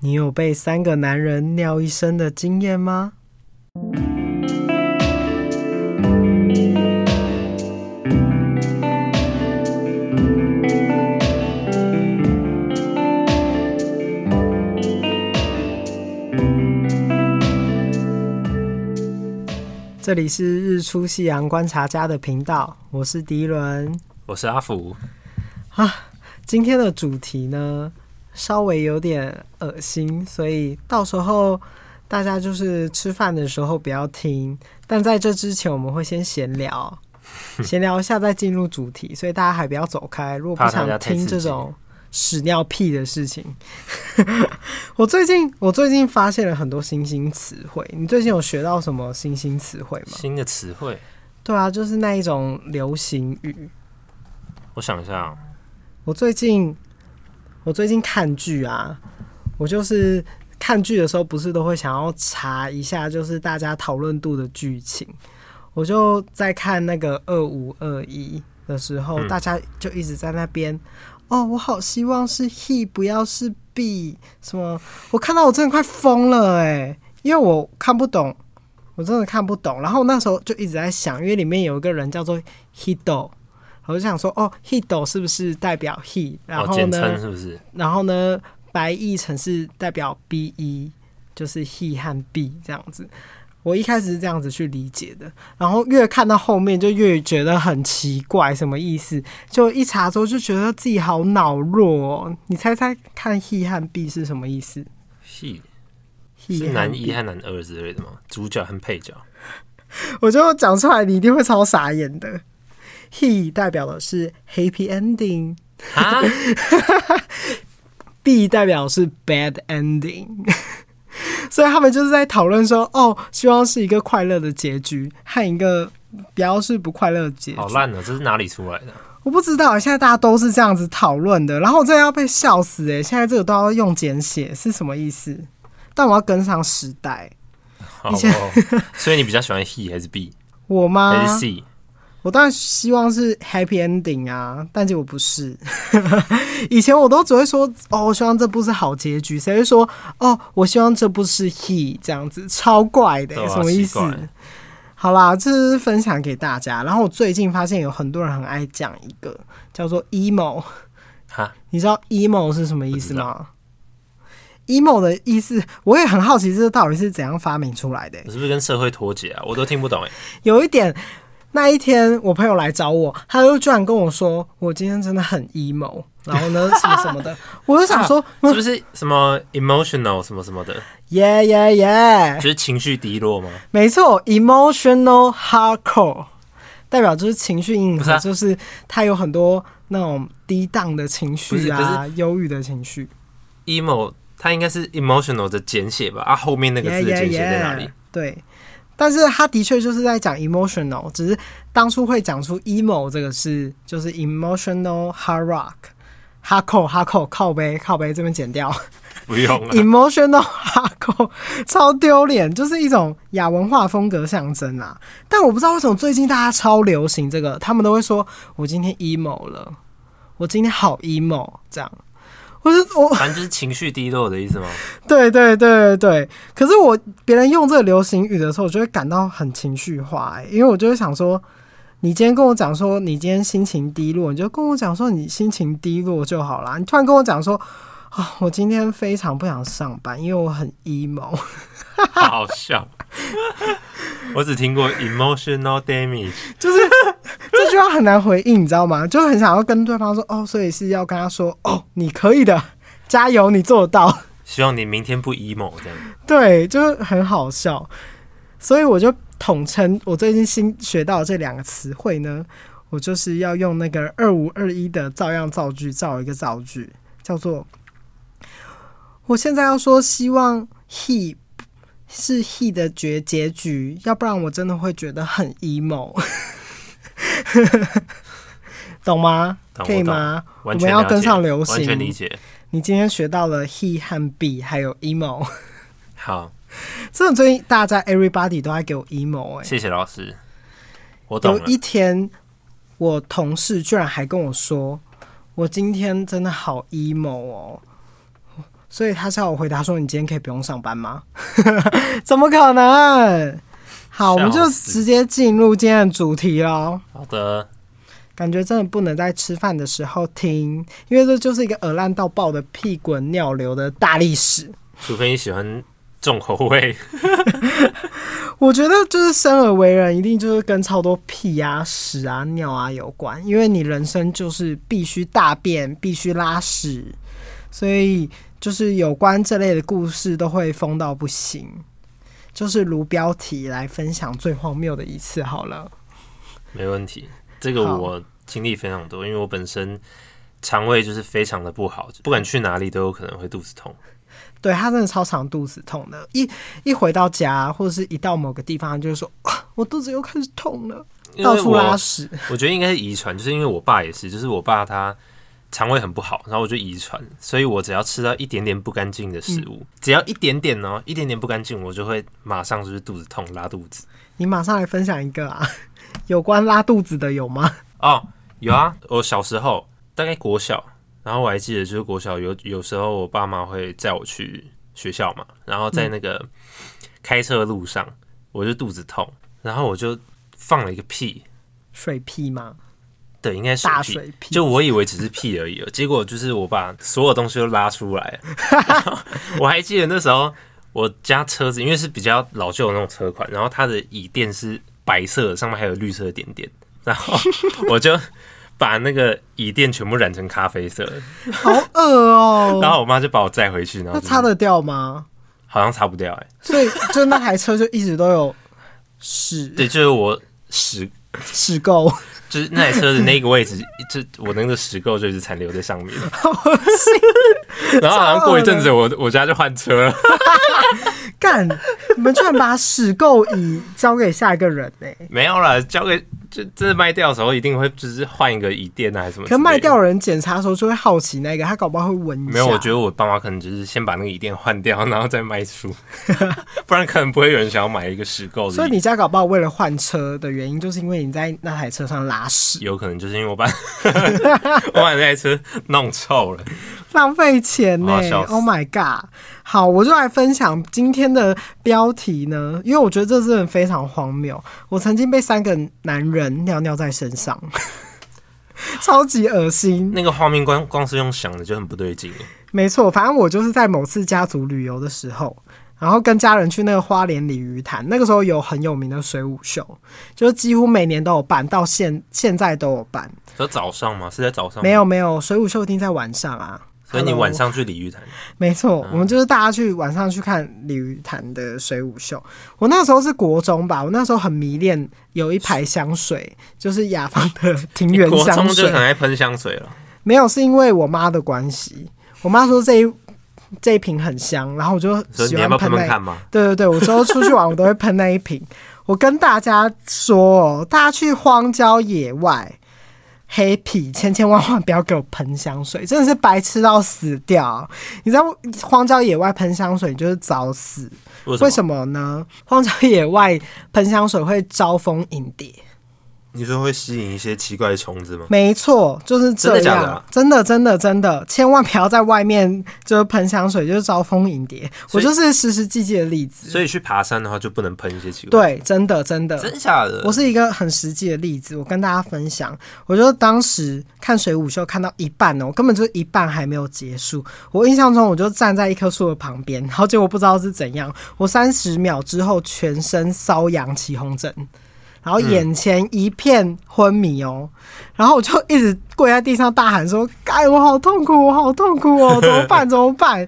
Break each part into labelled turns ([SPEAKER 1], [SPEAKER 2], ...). [SPEAKER 1] 你有被三个男人尿一身的经验吗？这里是日出夕阳观察家的频道，我是迪伦。
[SPEAKER 2] 我是阿福，
[SPEAKER 1] 嗯今天的主题呢，稍微有点恶心，所以到时候大家就是吃饭的时候不要听。但在这之前，我们会先闲聊，闲聊一下再进入主题，所以大家还不要走开。如果不
[SPEAKER 2] 怕大
[SPEAKER 1] 想
[SPEAKER 2] 家太
[SPEAKER 1] 听
[SPEAKER 2] 刺
[SPEAKER 1] 这
[SPEAKER 2] 激
[SPEAKER 1] 种屎尿屁的事情， 我最近我最近发现了很多新兴词汇。你最近有学到什么新兴词汇吗？
[SPEAKER 2] 新的词汇，
[SPEAKER 1] 对啊，就是那一种流行语。
[SPEAKER 2] 我想一下哦，
[SPEAKER 1] 我最近我最近看剧啊，我就是看剧的时候，不是都会想要查一下，就是大家讨论度的剧情。我就在看那个二五二一的时候，
[SPEAKER 2] 嗯
[SPEAKER 1] 大家就一直在那边，哦，我好希望是 he 不要是 b 什么，我看到我真的快疯了哎、因为我看不懂，我真的看不懂。然后那时候就一直在想，因为里面有一个人叫做 Hido，我就想说，哦，Hido 是不是代表 he？然
[SPEAKER 2] 哦，
[SPEAKER 1] 后
[SPEAKER 2] 简
[SPEAKER 1] 呢，
[SPEAKER 2] 称是不是？
[SPEAKER 1] 然后呢，白译成是代表 B 一，就是 he 和 b 这样子。我一开始是这样子去理解的，然后越看到后面就越觉得很奇怪，什么意思？就一查之后就觉得自己好脑弱哦。你猜猜看，he 和 b 是什么意思
[SPEAKER 2] 系
[SPEAKER 1] ？he
[SPEAKER 2] 是
[SPEAKER 1] 和
[SPEAKER 2] 男
[SPEAKER 1] be
[SPEAKER 2] 一和男二之类的吗？主角和 配角，
[SPEAKER 1] 我就讲出来，你一定会超傻眼的。He 代表的是 happy ending，B
[SPEAKER 2] 啊，
[SPEAKER 1] 代表的是 bad ending，所以他们就是在讨论说，哦，希望是一个快乐的结局和一个不要是不快乐的结局
[SPEAKER 2] 好。烂哦，这是哪里出来的？
[SPEAKER 1] 我不知道，现在大家都是这样子讨论的，然后我真的要被笑死哎、现在这个都要用简写是什么意思？但我要跟上时代，
[SPEAKER 2] 好
[SPEAKER 1] 以前
[SPEAKER 2] 哦，所以你比较喜欢 he 还是 b
[SPEAKER 1] 我吗？
[SPEAKER 2] 还是 c？
[SPEAKER 1] 我当然希望是 happy ending 啊，但结果不是。 以前我都只会说哦，我希望这部是好结局，谁会说哦，我希望这部是 he 这样子，超怪的、
[SPEAKER 2] 对啊
[SPEAKER 1] 什么意思
[SPEAKER 2] 奇怪？
[SPEAKER 1] 好啦，这是分享给大家。然后我最近发现有很多人很爱讲一个叫做 emo，
[SPEAKER 2] 哈，
[SPEAKER 1] 你知道 emo 是什么意思
[SPEAKER 2] 不知
[SPEAKER 1] 吗？emo 的意思，我也很好奇，这到底是怎样发明出来的、
[SPEAKER 2] 我是不是跟社会脱节啊？我都听不 懂哎，
[SPEAKER 1] 有一点，那一天我朋友来找我，他就居然跟我说，我今天真的很 emo，然后呢什么什么 的，我就想说，
[SPEAKER 2] 是不是什么 emotional 什么什么的，
[SPEAKER 1] 耶耶耶
[SPEAKER 2] 就，是情绪低落吗？
[SPEAKER 1] 没错，emotional hardcore，代表就是情绪硬
[SPEAKER 2] 不是
[SPEAKER 1] 核，
[SPEAKER 2] 啊
[SPEAKER 1] 就是他有很多那种低档的情绪
[SPEAKER 2] 不是
[SPEAKER 1] 啊，忧郁的情绪。
[SPEAKER 2] emo 它应该是 emotional 的简写吧？啊，后面那个字的简写在哪
[SPEAKER 1] Yeah, yeah,
[SPEAKER 2] 里
[SPEAKER 1] yeah？对，但是他的确就是在讲 emotional，只是当初会讲出 emo 这个是就是 emotional hard rock。哈扣哈扣靠背靠背这边剪 掉、
[SPEAKER 2] 不用
[SPEAKER 1] e
[SPEAKER 2] 啊，
[SPEAKER 1] m o t i o n a l 哈扣超丢脸，就是一种亚文化风格象征啊。但我不知道为什么最近大家超流行这个，他们都会说我今天 emo 了，我今天好 emo 这样。我是我
[SPEAKER 2] 反正就是情绪低落的意思吗？
[SPEAKER 1] 对对对对对，可是我别人用这个流行语的时候，我就会感到很情绪化、欸，因为我就会想说，你今天跟我讲说你今天心情低落，你就跟我讲说你心情低落就好啦。你突然跟我讲说，啊、我今天非常不想上班，因为我很 emo。
[SPEAKER 2] 好好笑。 我只听过 emotional damage，
[SPEAKER 1] 这句话很难回应，你知道吗？就很想要跟对方说，哦，所以是要跟他说，哦，你可以的，加油，你做得到。
[SPEAKER 2] 希望你明天不 emo 这样。
[SPEAKER 1] 对，就很好笑，所以我就统称我最近新学到的这两个词汇呢，我就是要用那个二五二一的照样造句造一个造句，叫做我现在要说希望 he 是 he 的结结局，要不然我真的会觉得很 emo，懂吗？
[SPEAKER 2] 懂
[SPEAKER 1] 可以
[SPEAKER 2] 我懂
[SPEAKER 1] 吗？我
[SPEAKER 2] 完
[SPEAKER 1] 们
[SPEAKER 2] 全
[SPEAKER 1] 要
[SPEAKER 2] 了解
[SPEAKER 1] 跟上流
[SPEAKER 2] 完全理
[SPEAKER 1] 行。
[SPEAKER 2] 解。
[SPEAKER 1] 你今天学到了 he 和 be，还有 emo。
[SPEAKER 2] 好，
[SPEAKER 1] 真的，最近大家 everybody 都在给我 emo 哎、
[SPEAKER 2] 谢谢老师，我懂
[SPEAKER 1] 有
[SPEAKER 2] 了。
[SPEAKER 1] 一天，我同事居然还跟我说，我今天真的好 emo 哦。所以他是要我回答说：“你今天可以不用上班吗？” 怎么可能？好，我们
[SPEAKER 2] 笑
[SPEAKER 1] 就
[SPEAKER 2] 死
[SPEAKER 1] 直接进入今天的主题喽。
[SPEAKER 2] 好的，
[SPEAKER 1] 感觉真的不能在吃饭的时候听，因为这就是一个耳烂到爆的屁滚尿流的大历史。
[SPEAKER 2] 除非你喜欢重口味，
[SPEAKER 1] 我觉得就是生而为人，一定就是跟超多屁啊、屎啊、尿啊有关，因为你人生就是必须大便，必须拉屎，所以就是有关这类的故事都会疯到不行。就是如标题来分享最荒谬的一次好了。
[SPEAKER 2] 没问题。这个
[SPEAKER 1] 好
[SPEAKER 2] 我经历非常多，因为我本身肠胃就是非常的不好，不管去哪里都有可能会肚子痛。
[SPEAKER 1] 对他真的超常肚子痛的，一一回到家或者是一到某个地方，他就会说、啊我肚子又开始痛了，
[SPEAKER 2] 因
[SPEAKER 1] 到
[SPEAKER 2] 为
[SPEAKER 1] 处拉
[SPEAKER 2] 我
[SPEAKER 1] 屎。
[SPEAKER 2] 我觉得应该是遗传，就是因为我爸也是，就是我爸他肠胃很不好，然后我就遗传，所以我只要吃到一点点不干净的食物，只要一点点哦，一点点不干净，我就会马上就是肚子痛、拉肚子。
[SPEAKER 1] 你马上来分享一个啊， 有关拉肚子的有吗？
[SPEAKER 2] 哦，有啊，我小时候大概国小，然后我还记得就是国小有有时候我爸妈会载我去学校嘛，然后在那个开车的路上，我就肚子痛，然后我就放了一个屁，
[SPEAKER 1] 水屁吗？
[SPEAKER 2] 对，应该是
[SPEAKER 1] 大
[SPEAKER 2] 屁
[SPEAKER 1] 水屁。
[SPEAKER 2] 就我以为只是屁而已哦，结果就是我把所有东西都拉出 来。然后我还记得那时候我家车子，因为是比较老旧的那种车款，然后它的椅垫是白色的，上面还有绿色的点点，然 后我就把那个椅垫全部染成咖啡色，
[SPEAKER 1] 好恶哦、
[SPEAKER 2] 然后我妈就把我载回去，然后
[SPEAKER 1] 那
[SPEAKER 2] 就
[SPEAKER 1] 擦得掉吗？
[SPEAKER 2] 好像擦不掉哎、
[SPEAKER 1] 所以就那台车就一直都有屎
[SPEAKER 2] 对，就是我屎，
[SPEAKER 1] 屎垢，
[SPEAKER 2] 就是那台车的那个位置， 就我那个屎垢就一直残留在上 面，
[SPEAKER 1] 好恶心
[SPEAKER 2] 然后好像过一阵子我我家就换车了。
[SPEAKER 1] 干！你们居然把屎垢乙交给下一个人欸呢、
[SPEAKER 2] 没有啦，交给就真的卖掉的时候，一定会就是换一个椅垫啊，还是什么之类的。
[SPEAKER 1] 可卖掉人检查的时候就会好奇那个，他搞不好会闻一下。
[SPEAKER 2] 没有？我觉得我爸妈可能就是先把那个椅垫换掉，然后再卖出， 不然可能不会有人想要买一个实购的椅。
[SPEAKER 1] 所以你家搞不好为了换车的原因，就是因为你在那台车上拉屎，
[SPEAKER 2] 有可能就是因为 我把我把那台车弄臭了。
[SPEAKER 1] 浪费钱呢、
[SPEAKER 2] 啊笑死
[SPEAKER 1] oh my god！好，我就来分享今天的标题呢，因为我觉得这真的非常荒谬。我曾经被三个男人尿尿在身上， 超级恶心。
[SPEAKER 2] 那个画面光光是用想的就很不对劲，
[SPEAKER 1] 没错，反正我就是在某次家族旅游的时候，然后跟家人去那个花莲鲤鱼潭，那个时候有很有名的水舞秀，就是几乎每年都有办，到现现在都有办。
[SPEAKER 2] 说早上吗？是在早上？
[SPEAKER 1] 没，有没有，水舞秀一定在晚上啊。
[SPEAKER 2] 哦所以你
[SPEAKER 1] Hello
[SPEAKER 2] 晚上去鲤鱼潭，
[SPEAKER 1] 没错，
[SPEAKER 2] 嗯
[SPEAKER 1] 我们就是大家去晚上去看鲤鱼潭的水舞秀。我那时候是国中吧，我那时候很迷恋有一排香水，就是雅芳的庭园
[SPEAKER 2] 国中
[SPEAKER 1] 香
[SPEAKER 2] 就
[SPEAKER 1] 水
[SPEAKER 2] 很。爱喷香水了。
[SPEAKER 1] 没有，是因为我妈的关系，我妈说这一这一瓶很香，然后我就
[SPEAKER 2] 所以
[SPEAKER 1] 喜
[SPEAKER 2] 你
[SPEAKER 1] 欢
[SPEAKER 2] 要不要
[SPEAKER 1] 喷
[SPEAKER 2] 喷
[SPEAKER 1] 那
[SPEAKER 2] 喷
[SPEAKER 1] 一
[SPEAKER 2] 看嘛？
[SPEAKER 1] 对对对，我之后出去玩我都会喷那一瓶。我跟大家说哦，大家去荒郊野外黑皮，千千万万不要给我喷香水，真的是白痴到死掉。你在荒郊野外喷香水，你就是早死。
[SPEAKER 2] 为什
[SPEAKER 1] 为
[SPEAKER 2] 么？
[SPEAKER 1] 什么呢？荒郊野外喷香水会招蜂引蝶。
[SPEAKER 2] 你说会吸引一些奇怪的虫子吗？
[SPEAKER 1] 没错，就是这
[SPEAKER 2] 真的假的
[SPEAKER 1] 样
[SPEAKER 2] 啊，
[SPEAKER 1] 真的真的真的，千万不要在外面就是喷香水，就是招蜂引蝶。我
[SPEAKER 2] 所以
[SPEAKER 1] 就是实实际际的例子。
[SPEAKER 2] 所以去爬山的话就不能喷一些奇怪。
[SPEAKER 1] 对，真的真的，
[SPEAKER 2] 真假的？
[SPEAKER 1] 我是一个很实际的例子，我跟大家分享。我就当时看水舞秀看到一半哦呢，我根本就一半还没有结束。我印象中我就站在一棵树的旁边，然后结果不知道是怎样，我三十秒之后全身瘙痒起红疹。然后眼前一片昏迷哦，然后我就一直跪在地上大喊说：“哎，我好痛苦，我好痛苦哦，怎么办？怎么办？”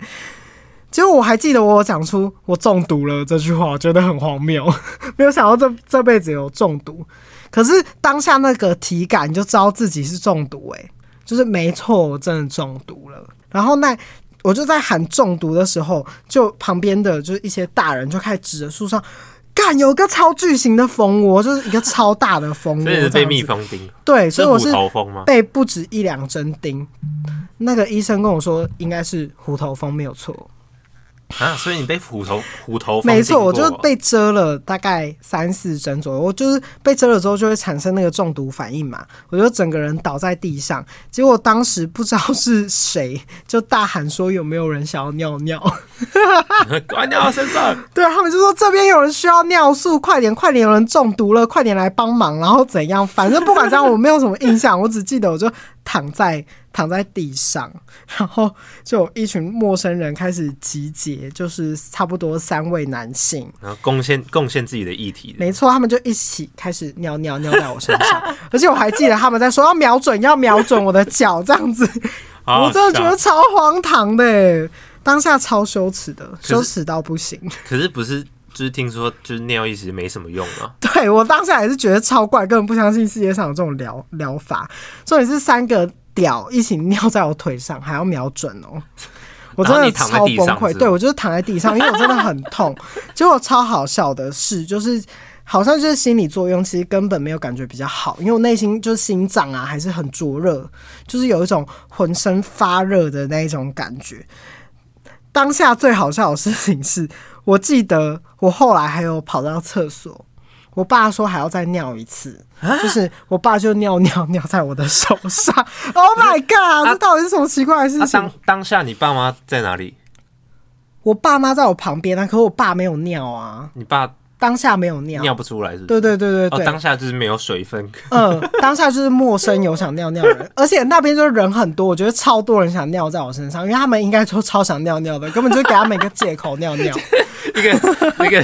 [SPEAKER 1] 结果我还记得我有讲出“我中毒了”这句话，我觉得很荒谬， 没有想到这这辈子有中毒。可是当下那个体感，你就知道自己是中毒、欸，就是没错，我真的中毒了。然后那我就在喊中毒的时候，就旁边的就是一些大人就开始指着树上。干有一个超巨型的蜂窝，就是一个超大的蜂窝，
[SPEAKER 2] 所以是
[SPEAKER 1] 这
[SPEAKER 2] 被
[SPEAKER 1] 样
[SPEAKER 2] 蜜
[SPEAKER 1] 子
[SPEAKER 2] 蜂叮，
[SPEAKER 1] 对，所以我
[SPEAKER 2] 是
[SPEAKER 1] 是
[SPEAKER 2] 虎头蜂吗？
[SPEAKER 1] 被不止一两针叮。那个医生跟我说，应该是虎头蜂没有错。
[SPEAKER 2] 啊，所以你被虎头虎头风
[SPEAKER 1] 没错，
[SPEAKER 2] 经
[SPEAKER 1] 我
[SPEAKER 2] 过
[SPEAKER 1] 就被蛰了大概三四针左右。我就是被蛰了之后就会产生那个中毒反应嘛，我就整个人倒在地上。结果当时不知道是谁就大喊说有没有人想要尿尿？
[SPEAKER 2] 关掉身上，
[SPEAKER 1] 对，啊他们就说这边有人需要尿素，快点快点，有人中毒了，快点来帮忙。然后怎样？反正不管怎样，我没有什么印象，我只记得我就躺在躺在地上，然后就有一群陌生人开始集结，就是差不多三位男性。
[SPEAKER 2] 然后贡献贡献自己的议题，
[SPEAKER 1] 没错，他们就一起开始尿尿尿在我身上， 而且我还记得他们在说要瞄准，要瞄准我的脚这样子，
[SPEAKER 2] 好 好
[SPEAKER 1] 我真的觉
[SPEAKER 2] 笑
[SPEAKER 1] 得超荒唐的耶，当下超羞耻的，
[SPEAKER 2] 是
[SPEAKER 1] 羞耻到不行。
[SPEAKER 2] 可是不是就是听说就是尿一直没什么用啊吗？
[SPEAKER 1] 对我当下也是觉得超怪，根本不相信世界上有这种疗疗法。重点是三个屌一起尿在我腿上，还要瞄准 哦。我真
[SPEAKER 2] 然后
[SPEAKER 1] 的
[SPEAKER 2] 你躺在
[SPEAKER 1] 超崩
[SPEAKER 2] 地上
[SPEAKER 1] 溃，
[SPEAKER 2] 是吗
[SPEAKER 1] 对我就是躺在地上，因为我真的很痛。 结果超好笑的是，就是好像就是心理作用，其实根本没有感觉比较好，因为我内心就是心脏啊还是很灼热，就是有一种浑身发热的那一种感觉。当下最好笑的事情是，我记得我后来还有跑到厕所，我爸说还要再尿一次，
[SPEAKER 2] 啊
[SPEAKER 1] 就是我爸就尿尿尿在我的手 上。oh my god！、这到底是什么奇怪的事
[SPEAKER 2] 啊，
[SPEAKER 1] 情？
[SPEAKER 2] 当当下你爸妈在哪里？
[SPEAKER 1] 我爸妈在我旁边啊，可我爸没有尿啊，
[SPEAKER 2] 你爸
[SPEAKER 1] 当下没有尿。
[SPEAKER 2] 尿不出来是不是？
[SPEAKER 1] 对对对对
[SPEAKER 2] 哦，
[SPEAKER 1] 对，
[SPEAKER 2] 当下就是没有水分，
[SPEAKER 1] 嗯，当下就是陌生有想尿尿的人，而且那边就是人很多，我觉得超多人想尿在我身上，因为他们应该都超想尿尿的，根本就给他们一个借口尿尿。
[SPEAKER 2] 一个 那个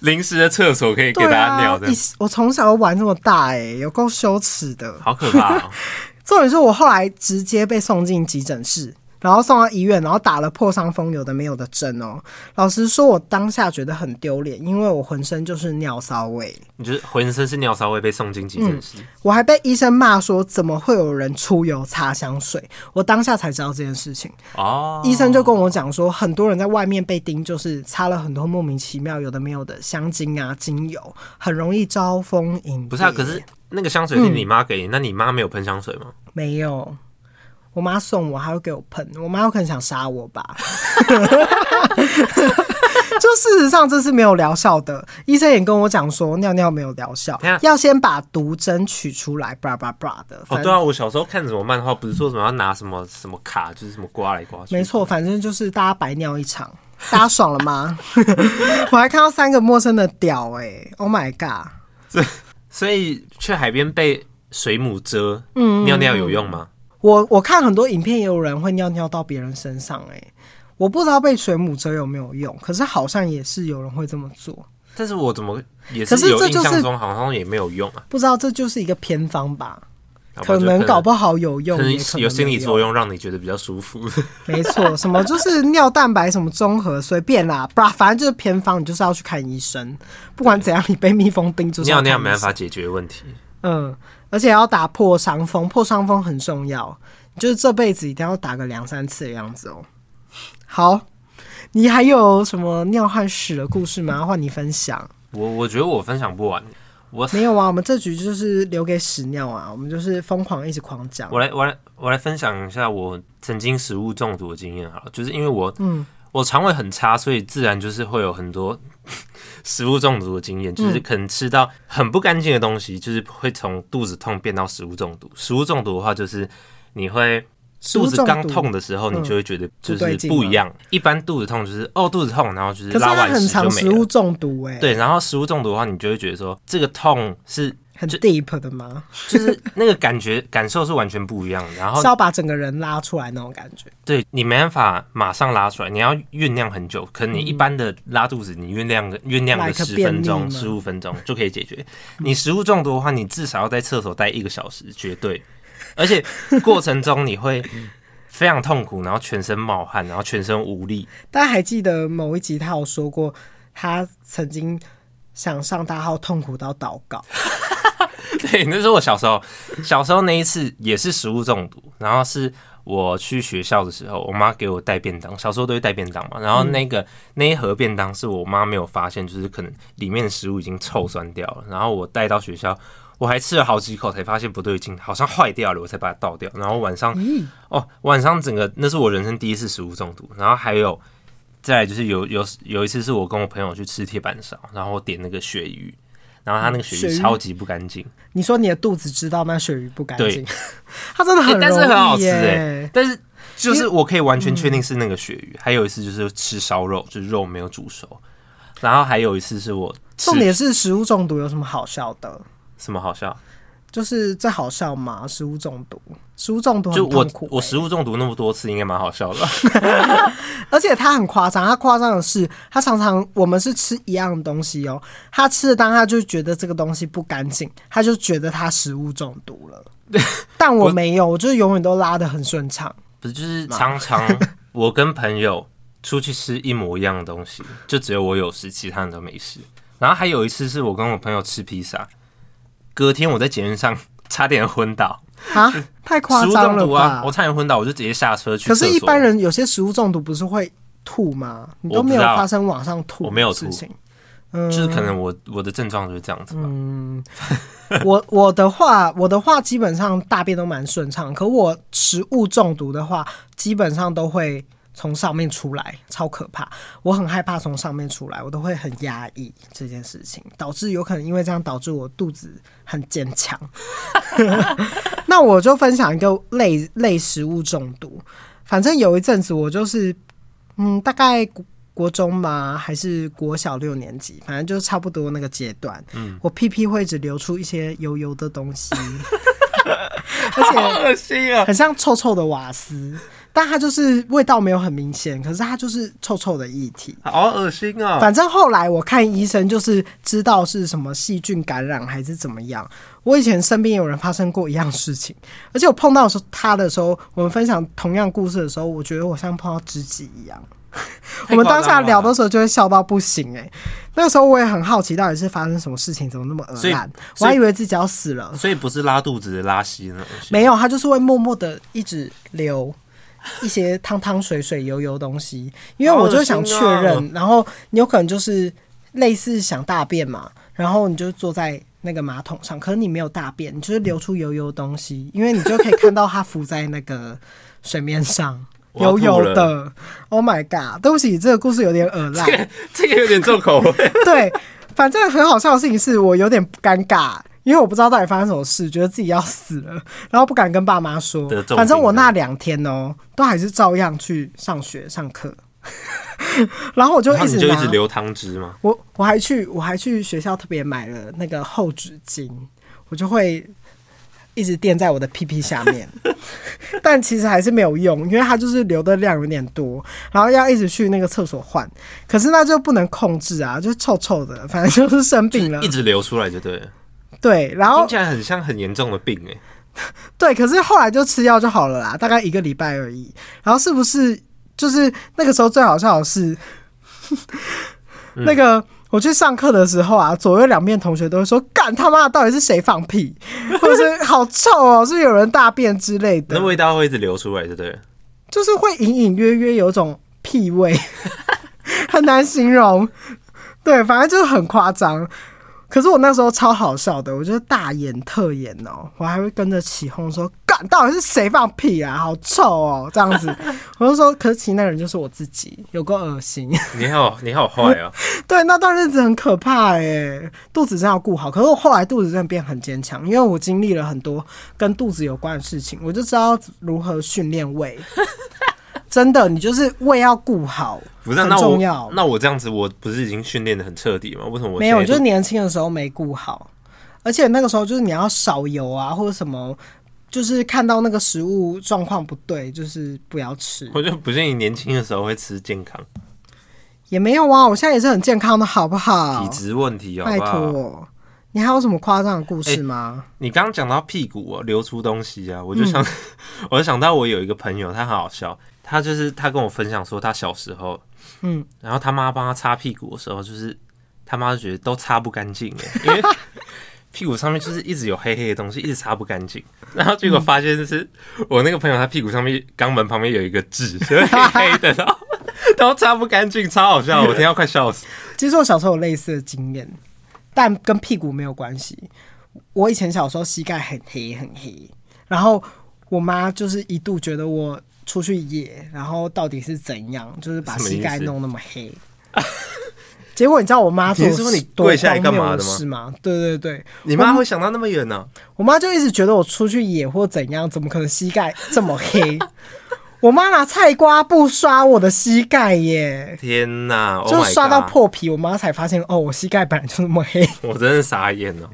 [SPEAKER 2] 临时的厕所可以给
[SPEAKER 1] 对
[SPEAKER 2] 大家尿
[SPEAKER 1] 啊
[SPEAKER 2] 的，，
[SPEAKER 1] 一我从小玩这么大、欸，有够羞耻的。
[SPEAKER 2] 好可怕哦！
[SPEAKER 1] 重点是我后来直接被送进急诊室，然后送到医院，然后打了破伤风，有的没有的针哦。老实说，我当下觉得很丢脸，因为我浑身就是尿骚味。
[SPEAKER 2] 你就是浑身是尿骚味被送进急诊室，
[SPEAKER 1] 我还被医生骂说，怎么会有人出油擦香水？我当下才知道这件事情。
[SPEAKER 2] 哦，
[SPEAKER 1] 医生就跟我讲说，很多人在外面被叮，就是擦了很多莫名其妙有的没有的香精啊、精油，很容易招蜂引蝶。
[SPEAKER 2] 不是啊，可是那个香水是你妈
[SPEAKER 1] 嗯
[SPEAKER 2] 给你，那你妈没有喷香水吗？
[SPEAKER 1] 没有，我妈送我，还要给我喷，我妈有可能想杀我吧。 就事实上，这是没有疗效的。医生也跟我讲说，尿尿没有疗效
[SPEAKER 2] 等一下，
[SPEAKER 1] 要先把毒针取出来，叭叭叭的。
[SPEAKER 2] 哦，
[SPEAKER 1] 反
[SPEAKER 2] 对啊，我小时候看什么漫画，不是说什么要拿什么什么卡，就是什么刮来刮去，
[SPEAKER 1] 没错，反正就是大家白尿一场，大家爽了吗？ 我还看到三个陌生的屌、哎，Oh my god！
[SPEAKER 2] 所以去海边被水母蛰，
[SPEAKER 1] 嗯
[SPEAKER 2] 尿尿有用吗？
[SPEAKER 1] 我我看很多影片，也有人会尿尿到别人身上、哎，我不知道被水母蛰有没有用，可是好像也是有人会这么做，
[SPEAKER 2] 但是我怎么也
[SPEAKER 1] 可是
[SPEAKER 2] 有
[SPEAKER 1] 这
[SPEAKER 2] 印
[SPEAKER 1] 就是
[SPEAKER 2] 象中好像也没有用啊，
[SPEAKER 1] 不知道这就是一个偏方吧？
[SPEAKER 2] 好吧
[SPEAKER 1] 可
[SPEAKER 2] 就
[SPEAKER 1] 能搞
[SPEAKER 2] 不
[SPEAKER 1] 不好有用，
[SPEAKER 2] 可
[SPEAKER 1] 也
[SPEAKER 2] 能
[SPEAKER 1] 可能
[SPEAKER 2] 有心理作
[SPEAKER 1] 用。
[SPEAKER 2] 用，让你觉得比较舒服。
[SPEAKER 1] 没错，什么就是尿蛋白什么综合，随便啦，不然反正就是偏方，你就是要去看医生。不管怎样，你被蜜蜂叮就是要
[SPEAKER 2] 尿尿
[SPEAKER 1] 看医
[SPEAKER 2] 没办
[SPEAKER 1] 生
[SPEAKER 2] 法解决问题，
[SPEAKER 1] 嗯，而且要打破伤风，破伤风很重要，就是这辈子一定要打个两三次的样子哦。好，你还有什么尿和屎的故事吗？换你分享。
[SPEAKER 2] 我我觉得我分享不完。我
[SPEAKER 1] 没有啊，我们这局就是留给屎尿啊，我们就是疯狂一直狂讲。
[SPEAKER 2] 我来我来我来分享一下我曾经食物中毒的经验好了，就是因为我嗯我肠胃很差，所以自然就是会有很多 食物中毒的经验，
[SPEAKER 1] 嗯
[SPEAKER 2] 就是可能吃到很不干净的东西，就是会从肚子痛变到食物中毒。食物中毒的话，就是你会
[SPEAKER 1] 食物
[SPEAKER 2] 肚子
[SPEAKER 1] 中
[SPEAKER 2] 刚
[SPEAKER 1] 毒
[SPEAKER 2] 痛的时候，
[SPEAKER 1] 嗯
[SPEAKER 2] 你就会觉得就
[SPEAKER 1] 不对
[SPEAKER 2] 是
[SPEAKER 1] 劲
[SPEAKER 2] 不一样。一般肚子痛就是哦肚子痛，然后就是
[SPEAKER 1] 可是它
[SPEAKER 2] 拉完
[SPEAKER 1] 很
[SPEAKER 2] 屎就
[SPEAKER 1] 常
[SPEAKER 2] 没
[SPEAKER 1] 食
[SPEAKER 2] 了
[SPEAKER 1] 物。中毒哎、
[SPEAKER 2] 对，然后食物中毒的话，你就会觉得说这个痛是
[SPEAKER 1] 很 deep 的吗？
[SPEAKER 2] 就是那个感觉感受是完全不一样的，然后
[SPEAKER 1] 是要把整个人拉出来那种感觉。
[SPEAKER 2] 对你没办法马上拉出来，你要酝酿很久。可能你一般的拉肚子，你酝酿个酝酿个
[SPEAKER 1] Like a
[SPEAKER 2] 十
[SPEAKER 1] 便
[SPEAKER 2] 分
[SPEAKER 1] 秘
[SPEAKER 2] 钟、
[SPEAKER 1] 吗
[SPEAKER 2] 十五分钟就可以解决。你食物中毒的话，你至少要在厕所待一个小时，绝对。而且过程中你会非常痛苦，然后全身冒汗，然后全身无力。
[SPEAKER 1] 大家还记得某一集他有说过，他曾经想上大号痛苦到祷告。
[SPEAKER 2] 对，那是我小时候，小时候那一次也是食物中毒，然后是我去学校的时候，我妈给我带便当，小时候都会带便当嘛，然后那个、那一盒便当是我妈没有发现，就是可能里面的食物已经臭酸掉了，然后我带到学校。我还吃了好几口，才发现不对劲，好像坏掉了，我才把它倒嗯掉。然后晚上，哦，晚上整个那是我人生第一次食物中毒，然后还有再来就是有有有一次是我跟我朋友去吃铁板烧，然后我点那个鳕鱼，然后他那个嗯鳕
[SPEAKER 1] 鳕
[SPEAKER 2] 鱼
[SPEAKER 1] 鱼
[SPEAKER 2] 超级不干净，
[SPEAKER 1] 你说你的肚子知道那鳕鱼不干净
[SPEAKER 2] 对，
[SPEAKER 1] 它真的很
[SPEAKER 2] 欸但是很好
[SPEAKER 1] 容易
[SPEAKER 2] 吃
[SPEAKER 1] 耶、嗯
[SPEAKER 2] 欸但是就是我可以完全确定是那个鳕鱼。还有一次就是吃烧肉，就是肉没有煮熟，然后还有一次是我吃
[SPEAKER 1] 重点是食物中毒有什么好笑的？
[SPEAKER 2] 什么好笑？
[SPEAKER 1] 就是这好笑吗？食物中毒，食物中毒
[SPEAKER 2] 就
[SPEAKER 1] 很
[SPEAKER 2] 我
[SPEAKER 1] 痛苦、欸
[SPEAKER 2] 我食物中毒那么多次，应该蛮好笑的吧。
[SPEAKER 1] 而且他很夸张，他夸张的是，他常常我们是吃一样的东西哦，他吃的当他就觉得这个东西不干净，他就觉得他食物中毒 了。但我没有，我就是永远都拉得很顺畅。
[SPEAKER 2] 不是，就是 常常我跟朋友出去吃一模一样的东西，就只有我有事，其他人都没事。然后还有一次是我跟我朋友吃披萨，隔天我在捷运上 差点昏倒，
[SPEAKER 1] 啊，太夸
[SPEAKER 2] 食物
[SPEAKER 1] 张
[SPEAKER 2] 中
[SPEAKER 1] 了
[SPEAKER 2] 毒
[SPEAKER 1] 吧？
[SPEAKER 2] 啊！我差点昏倒，我就直接下车去
[SPEAKER 1] 可
[SPEAKER 2] 厕所。
[SPEAKER 1] 是，一般人有些食物中毒不是会吐吗？你都没有
[SPEAKER 2] 我不知道
[SPEAKER 1] 发生往上吐，
[SPEAKER 2] 我没有吐
[SPEAKER 1] 事情。
[SPEAKER 2] 就是
[SPEAKER 1] 嗯
[SPEAKER 2] 可能我我的症状就是这样子 吧。
[SPEAKER 1] 我我的话，我的话基本上大便都蛮顺畅，可我食物中毒的话，基本上都会从上面出来，超可怕。我很害怕从上面出来，我都会很压抑这件事情，导致有可能因为这样导致我肚子很坚强。 那我就分享一个类类食物中毒，反正有一阵子我就是，嗯，大概国国中嘛，还是国小六年级，反正就是差不多那个阶段。嗯，我屁屁会一直流出一些油油的东西， 而且
[SPEAKER 2] 恶心啊！
[SPEAKER 1] 很像臭臭的瓦斯，但它就是味道没有很明显，可是它就是臭臭的液体。
[SPEAKER 2] 好恶心啊！
[SPEAKER 1] 反正后来我看医生，就是知道是什么细菌感染还是怎么样。我以前身边有人发生过一样事情，而且我碰到的时候他的时候，我们分享同样故事的时候，我觉得我像碰到知己一样。我们当下聊的时候就会笑到不行哎、那个时候我也很好奇到底是发生什么事情，怎么那么恶
[SPEAKER 2] 所以
[SPEAKER 1] 烂，我
[SPEAKER 2] 所以
[SPEAKER 1] 还以为自己要死了。
[SPEAKER 2] 所以不是拉肚子、拉稀那种东西。
[SPEAKER 1] 没有，它就是会默默的一直流一些汤汤水水、油油东西，因为我就想确认，
[SPEAKER 2] 好恶
[SPEAKER 1] 然后你有可能就是类似想大便嘛，然后你就坐在。那个马桶上，可是你没有大便，你就是流出油油的东西，因为你就可以看到它浮在那个 水面上，
[SPEAKER 2] 我要
[SPEAKER 1] 油
[SPEAKER 2] 吐
[SPEAKER 1] 油
[SPEAKER 2] 了
[SPEAKER 1] 的。Oh my god！对不起，这个故事有点恶烂。
[SPEAKER 2] 这个有点重口味。
[SPEAKER 1] 对，反正很好笑的事情是我有点尴尬，因为我不知道到底发生什么事，觉得自己要死了，然后不敢跟爸妈说
[SPEAKER 2] 得重。病
[SPEAKER 1] 反正我那两天哦、都还是照样去上学上课， 然 后我就
[SPEAKER 2] 然后
[SPEAKER 1] 一
[SPEAKER 2] 你
[SPEAKER 1] 直
[SPEAKER 2] 就一
[SPEAKER 1] 拿，
[SPEAKER 2] 直流汤汁嘛，
[SPEAKER 1] 我我还去我还去学校特别买了那个厚纸巾，我就会。一直垫在我的屁屁下面， 但其实还是没有用，因为它就是流的量有点多，然后要一直去那个厕所换，可是那就不能控制啊，就是臭臭的，反正就是生病了
[SPEAKER 2] 一。直流出来就对了。
[SPEAKER 1] 对，然后
[SPEAKER 2] 听起来很像很严重的病哎、
[SPEAKER 1] 对，可是后来就吃药就好了啦，大概一个礼拜而已。然后是不是就是那个时候最好笑的是，那个我去上课的时候啊，左右两边同学都会说：“干他妈的，到底是谁放屁，或者是好臭哦，是不是有人大便之类的
[SPEAKER 2] 那。味道会一直流出来就对了。”
[SPEAKER 1] 就是会隐隐约约有种屁味， 很难形容。对，反正就是很夸张。可是我那时候超好笑的，我就是大眼特眼哦、我还会跟着起哄说：“干，到底是谁放屁啊？好臭哦、这样子，我就说，可是其实那个人就是我自己，有够恶心。
[SPEAKER 2] 你好，你好坏 哦！
[SPEAKER 1] 对，那段日子很可怕哎、肚子真的要顾好。可是我后来肚子真的变很坚强，因为我经历了很多跟肚子有关的事情，我就知道如何训练胃。真的，你就是胃要顾好，
[SPEAKER 2] 不是，啊
[SPEAKER 1] 很
[SPEAKER 2] 那
[SPEAKER 1] 重
[SPEAKER 2] 我
[SPEAKER 1] 要。
[SPEAKER 2] 那我这样子，我不是已经训练的很彻底吗？为什么我
[SPEAKER 1] 没有，
[SPEAKER 2] 现在
[SPEAKER 1] 就是年轻的时候没顾好，而且那个时候就是你要少油啊，或者什么，就是看到那个食物状况不对，就是不要吃。
[SPEAKER 2] 我就不信你年轻的时候会吃健康，
[SPEAKER 1] 也没有啊，我现在也是很健康的，好不好
[SPEAKER 2] 体？质问题好
[SPEAKER 1] 拜
[SPEAKER 2] 不好？
[SPEAKER 1] 托，你还有什么夸张的故事
[SPEAKER 2] 哎
[SPEAKER 1] 吗？
[SPEAKER 2] 你刚刚讲到屁股、哦、流出东西啊，我就
[SPEAKER 1] 嗯
[SPEAKER 2] 想， 我就想到我有一个朋友，他很好笑，他就是他跟我分享说他小时候，
[SPEAKER 1] 嗯，
[SPEAKER 2] 然后他妈帮他擦屁股的时候，就是他妈就觉得都擦不干净哎， 因为屁股上面就是一直有黑黑的东西，一直擦不干净，然后结果发现就是、我那个朋友他屁股上面肛门旁边有一个痣， 所以黑黑的，然后 然后擦不干净，超好笑，我听到快笑死。
[SPEAKER 1] 其实我小时候有类似的经验，但跟屁股没有关系。我以前小时候膝盖很黑很黑，然后我妈就是一度觉得我出去野，然后到底是怎样，就是把
[SPEAKER 2] 什么
[SPEAKER 1] 膝
[SPEAKER 2] 意
[SPEAKER 1] 盖
[SPEAKER 2] 思
[SPEAKER 1] 弄那么 黑。结果你知道我妈做
[SPEAKER 2] 你是说你
[SPEAKER 1] 多
[SPEAKER 2] 跪下来
[SPEAKER 1] 荒
[SPEAKER 2] 干
[SPEAKER 1] 谬
[SPEAKER 2] 嘛
[SPEAKER 1] 的
[SPEAKER 2] 的吗
[SPEAKER 1] 事吗？对对对，
[SPEAKER 2] 你妈会想到那么远哦呢、
[SPEAKER 1] 我妈就一直觉得我出去野或怎样，怎么可能膝盖这么黑？ 我妈拿菜瓜布刷我的膝盖耶，
[SPEAKER 2] 天哪，
[SPEAKER 1] 就
[SPEAKER 2] oh、
[SPEAKER 1] 刷到，破皮，我妈才发现哦，我膝盖本来就那么黑。
[SPEAKER 2] 我真的傻眼哦了。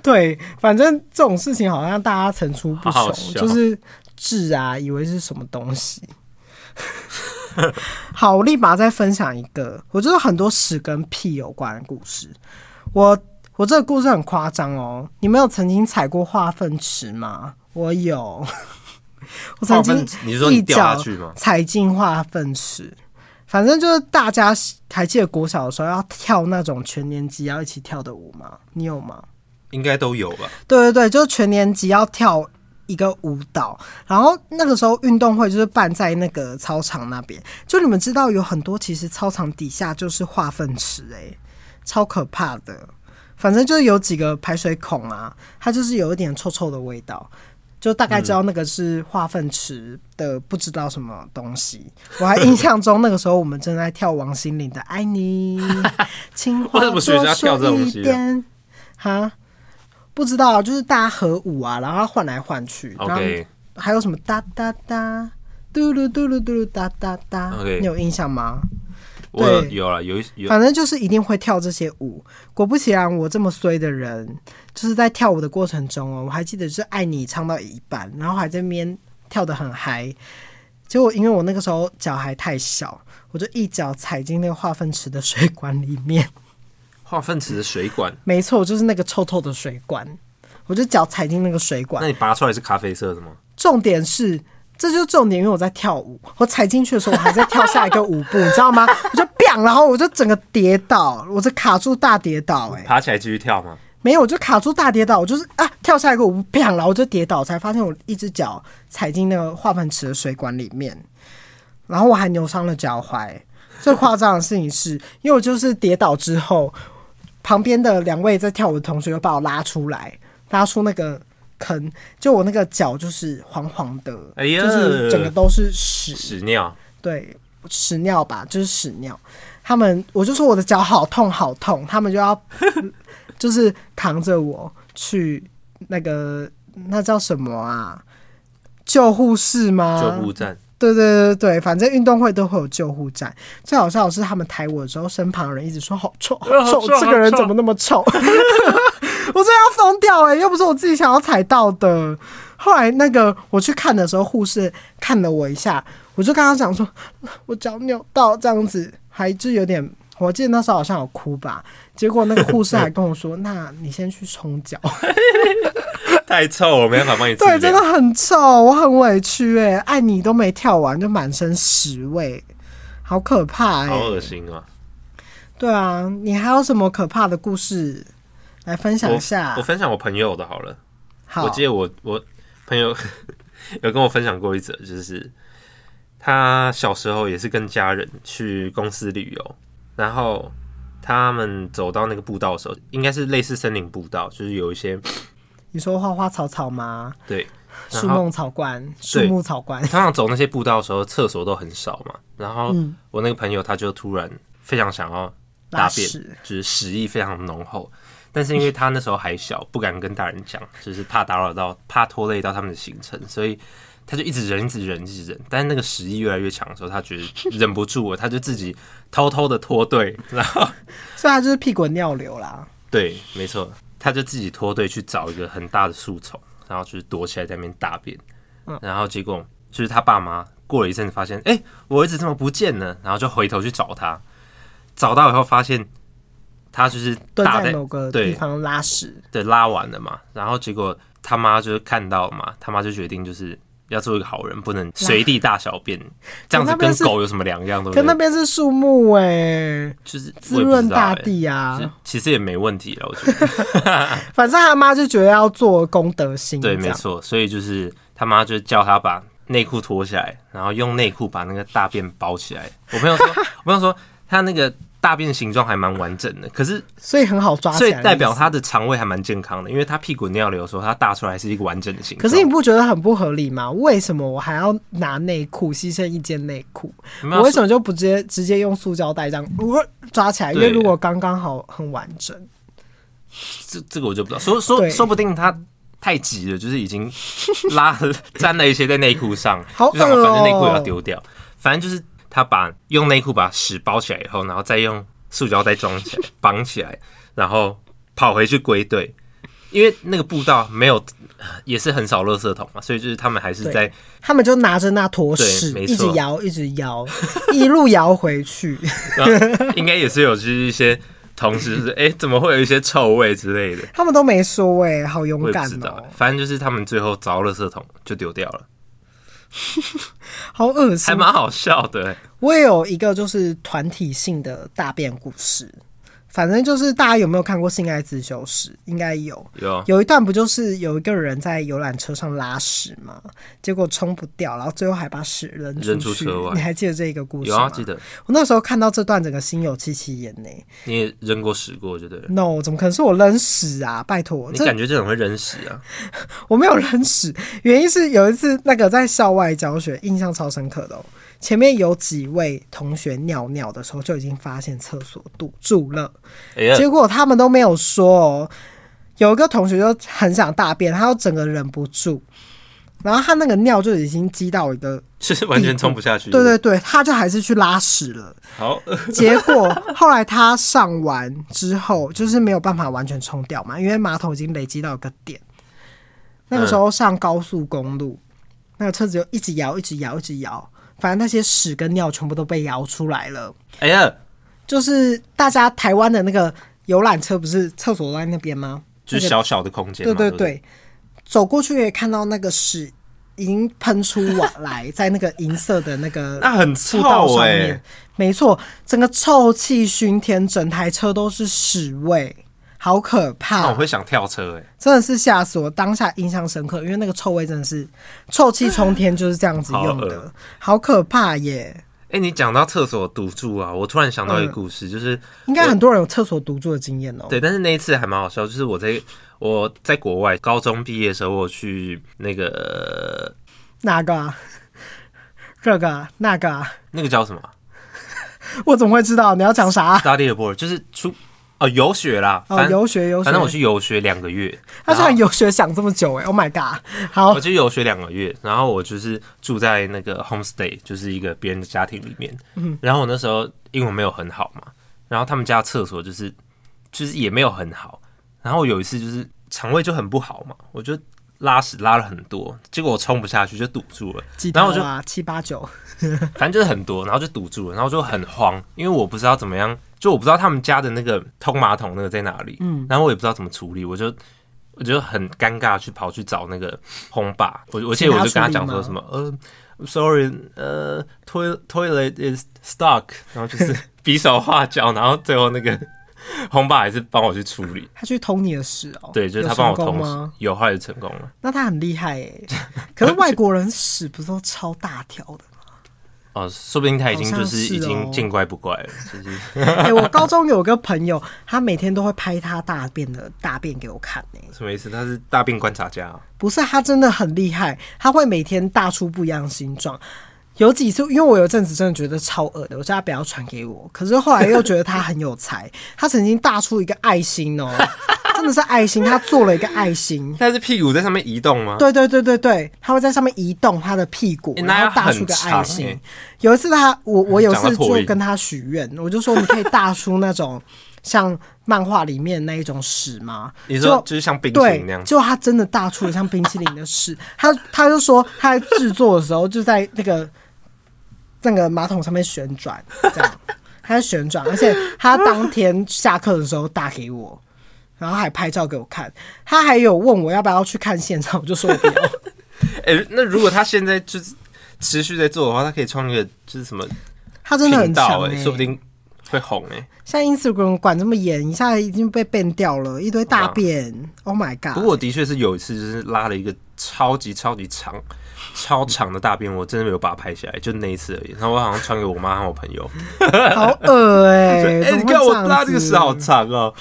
[SPEAKER 1] 对，反正这种事情好像大家层出不
[SPEAKER 2] 好
[SPEAKER 1] 穷
[SPEAKER 2] 好，笑
[SPEAKER 1] 就是痣啊，以为是什么东西。 好，我立马再分享一个，我就是很多屎跟屁有关的故事。我我这个故事很夸张哦，你们有曾经踩过化粪池吗？我有， 我曾经
[SPEAKER 2] 化粪你是说
[SPEAKER 1] 一
[SPEAKER 2] 你掉下
[SPEAKER 1] 脚
[SPEAKER 2] 去吗
[SPEAKER 1] 踩进化粪池。反正就是大家还记得国小的时候要跳那种全年级要一起跳的舞吗？你有吗？
[SPEAKER 2] 应该都有吧？
[SPEAKER 1] 对对对，就是全年级要跳一个舞蹈，然后那个时候运动会就是办在那个操场那边。就你们知道，有很多其实操场底下就是化粪池、欸，超可怕的。反正就是有几个排水孔啊，它就是有一点臭臭的味道，就大概知道那个是化粪池的，不知道什么东西。我还印象中那个时候我们正在跳王心凌的《爱 你》，情话
[SPEAKER 2] 为什么
[SPEAKER 1] 多
[SPEAKER 2] 学校要跳这
[SPEAKER 1] 说
[SPEAKER 2] 种
[SPEAKER 1] 一
[SPEAKER 2] 戏啊
[SPEAKER 1] 点，哈。不知道，就是大家合舞啊，然后换来换去然后
[SPEAKER 2] OK
[SPEAKER 1] 还有什么哒哒哒，嘟噜嘟噜嘟噜哒哒哒
[SPEAKER 2] OK
[SPEAKER 1] 你有印象吗？
[SPEAKER 2] 我有有了，有一有
[SPEAKER 1] 反正就是一定会跳这些舞。果不其然，我这么衰的人，就是在跳舞的过程中哦，我还记得就是《爱你》唱到一半，然后还在那边跳得很嗨。结果因为我那个时候脚还太小，我就一脚踩进那个化粪池的水管里面。
[SPEAKER 2] 化粪池的水管，
[SPEAKER 1] 没错，就是那个臭臭的水管，我就脚踩进那个水管
[SPEAKER 2] 那。你拔出来是咖啡色的吗？
[SPEAKER 1] 重点是，这就是重点，因为我在跳舞，我踩进去的时候，我还在跳下一个舞步，你知道吗？我就 biang，然后我就整个跌倒，我就卡住大跌倒、欸，哎，
[SPEAKER 2] 爬起来继续跳吗？
[SPEAKER 1] 没有，我就卡住大跌倒，我就是啊，跳下一个舞，biang，然后我就跌倒，才发现我一只脚踩进那个化粪池的水管里面，然后我还扭伤了脚踝。最夸张的事情是，因为我就是跌倒之后，旁边的两位在跳舞的同学又把我拉出来，拉出那个坑，就我那个脚就是黄黄的，
[SPEAKER 2] 哎呀
[SPEAKER 1] 就是整个都是屎，
[SPEAKER 2] 屎尿，
[SPEAKER 1] 对，屎尿吧，就是屎尿。他们，我就说我的脚好痛好痛，他们就要就是扛着我去那个那叫什么啊？救护室吗？
[SPEAKER 2] 救护站，
[SPEAKER 1] 对对对对，反正运动会都会有救护站。最好笑的是，他们抬我的时候，身旁的人一直说好臭，好
[SPEAKER 2] 呃好
[SPEAKER 1] 臭，
[SPEAKER 2] 臭好
[SPEAKER 1] 这个人
[SPEAKER 2] 臭
[SPEAKER 1] 怎么那么臭？ 我真的要疯掉哎、又不是我自己想要踩到的。后来那个我去看的时候，护士看了我一下，我就跟他讲说，我脚扭到这样子，还就有点。我记得那时候好像有哭吧，结果那个护士还跟我说：“ 那你先去冲脚。”
[SPEAKER 2] 太臭了，没办 法 帮你治疗。
[SPEAKER 1] 对，真的很臭，我很委屈哎、爱你都没跳完就满身屎味，好可怕哎、
[SPEAKER 2] 好恶心啊！
[SPEAKER 1] 对啊，你还有什么可怕的故事来分享一下
[SPEAKER 2] 我？分享我朋友的好了。我
[SPEAKER 1] 哎好，
[SPEAKER 2] 记得我我朋友 有跟我分享过一则，就是他小时候也是跟家人去公司旅游，然后他们走到那个步道的时候，应该是类似森林步道，就是有一些
[SPEAKER 1] 你说花花草草吗？
[SPEAKER 2] 对，然
[SPEAKER 1] 树
[SPEAKER 2] 后
[SPEAKER 1] 木草冠，树木草冠，
[SPEAKER 2] 通常走那些步道的时候，厕所都很少嘛。然后我那个朋友他就突然非常想要
[SPEAKER 1] 嗯拉
[SPEAKER 2] 大便，
[SPEAKER 1] 屎
[SPEAKER 2] 就是屎意非常浓厚。但是因为他那时候还小，不敢跟大人讲，就是怕打扰到，怕拖累到他们的行程，所以他就一直忍，一直忍，一直忍。但是那个食意越来越强的时候，他觉得忍不住了，他就自己偷偷的脱队，然后
[SPEAKER 1] 所以它就是屁滚尿流啦。
[SPEAKER 2] 对，没错，他就自己脱队去找一个很大的树丛，然后就是躲起来在那边大便。
[SPEAKER 1] 嗯
[SPEAKER 2] 然后结果就是他爸妈过了一阵子发现，哎、我儿子怎么不见了？然后就回头去找他，找到以后发现他就是
[SPEAKER 1] 蹲
[SPEAKER 2] 大
[SPEAKER 1] 在
[SPEAKER 2] 在
[SPEAKER 1] 某个地
[SPEAKER 2] 对
[SPEAKER 1] 方拉屎，
[SPEAKER 2] 对拉完了嘛，然后结果他妈就是看到嘛，他妈就决定就是。要做一个好人，不能随地大小 便，这样
[SPEAKER 1] 可那
[SPEAKER 2] 子
[SPEAKER 1] 边
[SPEAKER 2] 跟
[SPEAKER 1] 是
[SPEAKER 2] 狗有什么两样？对
[SPEAKER 1] 可
[SPEAKER 2] 不
[SPEAKER 1] 那
[SPEAKER 2] 对？
[SPEAKER 1] 边是树木哎、
[SPEAKER 2] 就是我
[SPEAKER 1] 滋
[SPEAKER 2] 也不
[SPEAKER 1] 润
[SPEAKER 2] 知道
[SPEAKER 1] 大
[SPEAKER 2] 欸
[SPEAKER 1] 地啊。
[SPEAKER 2] 是其实也没问题了，我觉得。
[SPEAKER 1] 反正他妈就觉得要做功德心，
[SPEAKER 2] 对，
[SPEAKER 1] 嗯这
[SPEAKER 2] 没
[SPEAKER 1] 样
[SPEAKER 2] 错，所以就是他妈就叫他把内 裤脱下来，然后用内裤把那个大便包起来。我朋友说，我朋友说他那个大便形状还蛮完整的，可是
[SPEAKER 1] 所以很好抓起
[SPEAKER 2] 所
[SPEAKER 1] 来
[SPEAKER 2] 以
[SPEAKER 1] 的意思，
[SPEAKER 2] 代表他的肠胃还蛮健康的，因为他屁滚尿流的时候，他大出来是一个完整的形
[SPEAKER 1] 可
[SPEAKER 2] 状。
[SPEAKER 1] 是你不觉得很不合理吗？为什么我还要拿内裤牺牲一件内裤？
[SPEAKER 2] 你们
[SPEAKER 1] 我
[SPEAKER 2] 要
[SPEAKER 1] 为什么就不直接直接用塑胶袋这样呃抓起来？因为
[SPEAKER 2] 对
[SPEAKER 1] 如果刚刚好很完整，
[SPEAKER 2] 这这个我就不知道，说说
[SPEAKER 1] 对
[SPEAKER 2] 说不定他太急了，就是已经拉 了沾了一些在内裤上，
[SPEAKER 1] 好
[SPEAKER 2] 就想
[SPEAKER 1] 恶
[SPEAKER 2] 反正内
[SPEAKER 1] 哦
[SPEAKER 2] 裤也要丢掉，反正就是他把用内裤把屎包起来以后，然后再用塑胶袋装起来绑起来，然后跑回去归队，因为那个步道没有呃也是很少垃圾桶嘛，所以就是他们还是
[SPEAKER 1] 对
[SPEAKER 2] 在
[SPEAKER 1] 他们就拿着那坨屎
[SPEAKER 2] 对没
[SPEAKER 1] 一直
[SPEAKER 2] 错
[SPEAKER 1] 摇，一直摇， 一路摇回去。
[SPEAKER 2] 应该也是有就是一些同事是哎、诶怎么会有一些臭味之类的，
[SPEAKER 1] 他们都没说哎、好
[SPEAKER 2] 我
[SPEAKER 1] 勇
[SPEAKER 2] 也不
[SPEAKER 1] 敢
[SPEAKER 2] 知
[SPEAKER 1] 哦、
[SPEAKER 2] 道，反正就是他们最后找到垃圾桶就丢掉了，
[SPEAKER 1] 好恶心
[SPEAKER 2] 还。蛮好笑的、诶
[SPEAKER 1] 我也有一个就是团体性的大便故事，反正就是大家有没有看过《性爱自修室》？应该有。
[SPEAKER 2] 有啊
[SPEAKER 1] 有一啊段不就是有一个人在游览车上拉屎吗？结果冲不掉，然后最后还把屎扔出去。
[SPEAKER 2] 扔出车外
[SPEAKER 1] 你还记得这个故事
[SPEAKER 2] 有
[SPEAKER 1] 吗？
[SPEAKER 2] 啊，记得
[SPEAKER 1] 我那时候看到这段，整个心有戚戚焉呢。
[SPEAKER 2] 你也扔过屎过就对了。
[SPEAKER 1] No，怎么可能是我扔屎啊？拜托，嗯
[SPEAKER 2] 你
[SPEAKER 1] 这
[SPEAKER 2] 感觉这种会扔屎啊？
[SPEAKER 1] 我没有认识，原因是有一次那个在校外教学，印象超深刻的哦。前面有几位同学尿尿的时候就已经发现厕所堵住了，
[SPEAKER 2] 哎呀，
[SPEAKER 1] 结果他们都没有说哦。有一个同学就很想大便，他就整个忍不住，然后他那个尿就已经积到一个，
[SPEAKER 2] 就是完全冲不下去。
[SPEAKER 1] 对，对对，他就还是去拉屎了。
[SPEAKER 2] 好， 呃
[SPEAKER 1] 结果后来他上完之后，就是没有办法完全冲掉嘛，因为马桶已经累积到一个点。那个时候上高速公路，那个车子就一直摇，一直摇，一直摇，反正那些屎跟尿全部都被摇出来了。
[SPEAKER 2] 哎呀，
[SPEAKER 1] 就是大家台湾的那个游览车，不是厕所都在那边吗？
[SPEAKER 2] 就是小小的空间
[SPEAKER 1] 对
[SPEAKER 2] 嘛。
[SPEAKER 1] 对
[SPEAKER 2] 不
[SPEAKER 1] 对，，走过去也看到那个屎已经喷出往来，在那个银色的那个
[SPEAKER 2] 那很
[SPEAKER 1] 步道
[SPEAKER 2] 臭
[SPEAKER 1] 上
[SPEAKER 2] 哎
[SPEAKER 1] 面，，没错，整个臭气熏天，整台车都是屎味，好可
[SPEAKER 2] 那我
[SPEAKER 1] 怕，
[SPEAKER 2] 哦会想跳车哎，
[SPEAKER 1] 真的是吓死我，当下印象深刻，因为那个臭味真的是臭气冲天，就是这样子用
[SPEAKER 2] 好
[SPEAKER 1] 的，好可怕耶！
[SPEAKER 2] 哎，你讲到厕所堵住啊，我突然想
[SPEAKER 1] 嗯
[SPEAKER 2] 到一个故事，就是
[SPEAKER 1] 应该很多人有厕所堵住的经验哦、
[SPEAKER 2] 对，但是那一次还蛮好笑，就是我在我在国外高中毕业的时候，我去那个
[SPEAKER 1] 哪个、啊？ 这个啊那个啊，
[SPEAKER 2] 那个叫什么啊
[SPEAKER 1] 我怎么会知道你要讲啥啊？
[SPEAKER 2] study abroad，就是出哦游学啦，
[SPEAKER 1] 哦，
[SPEAKER 2] 反正
[SPEAKER 1] 游学游学，
[SPEAKER 2] 反正我去游学两个月，
[SPEAKER 1] 他居
[SPEAKER 2] 然后
[SPEAKER 1] 然游学想这么久哎、o h my god！好
[SPEAKER 2] 我，去游学两个月，然后我就是住在那个 homestay，就是一个别人的家庭里面。然后我那时候英文没有很好嘛，然后他们家的厕所就是就是也没有很好。然后有一次就是肠胃就很不好嘛，我就拉屎拉了很多，结果我冲不下去就堵住了，
[SPEAKER 1] 几
[SPEAKER 2] 然后
[SPEAKER 1] 条
[SPEAKER 2] 我就
[SPEAKER 1] 啊？七八九，
[SPEAKER 2] 反正就是很多，然后就堵住了，然后就很慌，因为我不知道怎么样，就我不知道他们家的那个通马桶那个在哪里，
[SPEAKER 1] 嗯
[SPEAKER 2] 然后我也不知道怎么处理，我就我就很尴尬去跑去找那个烘爸，我我记得我就跟他讲说什么，呃，I'm，sorry，呃，toilet toilet is stuck，然后 就是比手画脚，然后最后那个烘爸还是帮我去处理，
[SPEAKER 1] 他去通你的屎哦、
[SPEAKER 2] 对，就是
[SPEAKER 1] 有
[SPEAKER 2] 他帮我
[SPEAKER 1] 成功
[SPEAKER 2] 通
[SPEAKER 1] 吗
[SPEAKER 2] 时？有后来就成功了，
[SPEAKER 1] 那他很厉害哎、可是外国人屎不是都超大条的？
[SPEAKER 2] 哦，说不定他已经
[SPEAKER 1] 好像
[SPEAKER 2] 就是
[SPEAKER 1] 是
[SPEAKER 2] 已
[SPEAKER 1] 哦
[SPEAKER 2] 经见怪不怪了，就是。
[SPEAKER 1] 哎、我高中有个朋友，他每天都会拍他大便的大便给我看哎、
[SPEAKER 2] 什么意思？他是大便观察家、啊。
[SPEAKER 1] 不是他真的很厉害，他会每天大出不一样的形状。有几次，因为我有阵子真的觉得超恶的，我叫他不要传给我。可是后来又觉得他很有才， 他曾经大出一个爱心哦， 真的是爱心，他做了一个爱心。
[SPEAKER 2] 但是屁股在上面移动吗？
[SPEAKER 1] 对对对对对，他会在上面移动他的屁股，
[SPEAKER 2] 欸那
[SPEAKER 1] 然
[SPEAKER 2] 要
[SPEAKER 1] 后大出
[SPEAKER 2] 很
[SPEAKER 1] 个爱
[SPEAKER 2] 长
[SPEAKER 1] 心。
[SPEAKER 2] 欸
[SPEAKER 1] 有一次他，我我有一
[SPEAKER 2] 长到
[SPEAKER 1] 次
[SPEAKER 2] 破
[SPEAKER 1] 就
[SPEAKER 2] 音
[SPEAKER 1] 跟他许愿，我就说你可以大出那种像漫画里面那一种屎吗？
[SPEAKER 2] 你说
[SPEAKER 1] 就
[SPEAKER 2] 就是像冰淇
[SPEAKER 1] 对
[SPEAKER 2] 淋那，样子，
[SPEAKER 1] 就他真的大出了像冰淇淋的屎。 他他就说他在制作的时候就在那个那个马桶上面旋转，这样他在旋转，而且他当天下课的时候打给我，然后还拍照给我看。他还有问我要不要去看现场，我就说我不 要。
[SPEAKER 2] 哎、那如果他现在就是持续在做的话，他可以创一个就是什么
[SPEAKER 1] 他真的很
[SPEAKER 2] 频
[SPEAKER 1] 强啊
[SPEAKER 2] 道
[SPEAKER 1] 哎、
[SPEAKER 2] 哎、说不定会红哎、
[SPEAKER 1] 像 Instagram 管这么严，一下已经被 ban 掉了，一堆大 便。Oh my
[SPEAKER 2] 不
[SPEAKER 1] god！
[SPEAKER 2] 过我的确是有一次就是拉了一个超级超级长、超长的大便，我真的没有把它拍下来，就那一次而已。然后我好像传给我妈和我朋友，
[SPEAKER 1] 好恶哎、对，
[SPEAKER 2] 哎、
[SPEAKER 1] 怎么
[SPEAKER 2] 你
[SPEAKER 1] 会
[SPEAKER 2] 看我
[SPEAKER 1] 这样
[SPEAKER 2] 拉这个
[SPEAKER 1] 子
[SPEAKER 2] 屎好长哦。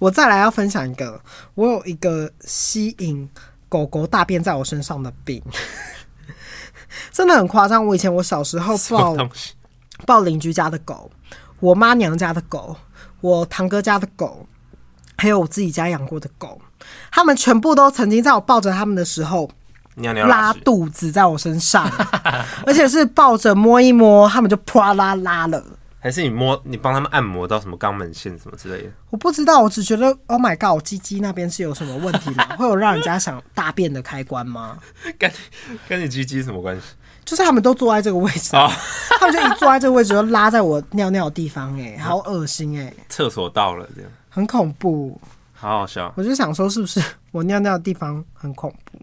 [SPEAKER 1] 我再来要分享一个，我有一个吸引狗狗大便在我身上的病， 真的很夸张。我以前我小时候
[SPEAKER 2] 什么
[SPEAKER 1] 抱
[SPEAKER 2] 东西？
[SPEAKER 1] 抱邻居家的狗，我妈娘家的狗，我堂哥家的狗，还有我自己家养过的狗，他们全部都曾经在我抱着他们的时候
[SPEAKER 2] 尿尿
[SPEAKER 1] 拉
[SPEAKER 2] 拉屎。
[SPEAKER 1] 肚子在我身 上，而且是抱着摸一摸，他们就啪啦啦了。
[SPEAKER 2] 还是你摸你帮他们按摩到什么肛门腺什么之类的？
[SPEAKER 1] 我不知道，我只觉得 Oh my God，我鸡鸡那边是有什么问题 吗？会有让人家想大便的开关吗？
[SPEAKER 2] 跟跟你鸡鸡什么关系
[SPEAKER 1] 就是他们都坐在这个位置，
[SPEAKER 2] 啊？
[SPEAKER 1] 他们就一坐在这个位置就拉在我尿尿的地方、
[SPEAKER 2] 哦
[SPEAKER 1] 哎，好恶心、哎，
[SPEAKER 2] 厕所到了，这样
[SPEAKER 1] 很恐怖。
[SPEAKER 2] 好好笑。
[SPEAKER 1] 我就想说，是不是我尿尿的地方很恐怖？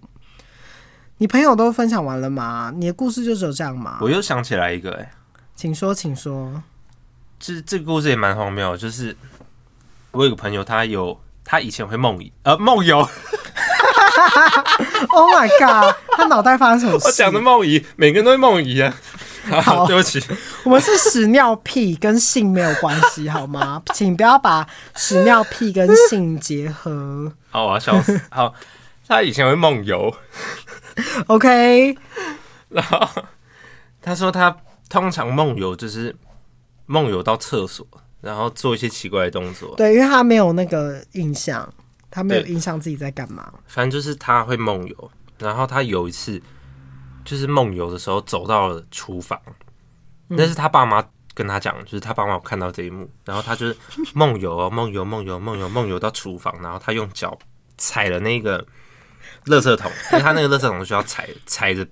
[SPEAKER 1] 你朋友都分享完了吗？你的故事就只有这样吗？
[SPEAKER 2] 我又想起来一个、哎，
[SPEAKER 1] 请说，请说。
[SPEAKER 2] 这这个故事也蛮荒谬的，就是我有个朋友，他有他以前会梦遗呃梦 游，
[SPEAKER 1] Oh my god，他脑袋发生什么
[SPEAKER 2] 我
[SPEAKER 1] 事？
[SPEAKER 2] 讲的梦遗，每个人都会梦遗啊。 好，对不起，
[SPEAKER 1] 我们是屎尿屁，跟性没有关系，好吗？ 请不要把屎尿屁跟性结合。
[SPEAKER 2] 好，我要笑 死。好，他以前会梦游，
[SPEAKER 1] OK，
[SPEAKER 2] 然后他说他通常梦游就是梦游到厕所，然后做一些奇怪的动作，
[SPEAKER 1] 对，因为他没有那个印象，他没有
[SPEAKER 2] 对
[SPEAKER 1] 印象自己在干嘛。
[SPEAKER 2] 反正就是他会梦游。然后他有一次就是梦游的时候走到了厨房，
[SPEAKER 1] 嗯
[SPEAKER 2] 但是他爸妈跟他讲，就是他爸妈有看到这一幕，然后他就是梦游哦 梦游梦游梦游梦游到厨房，然后他用脚踩了那个垃圾桶，因为他那个垃圾桶需要踩 踩着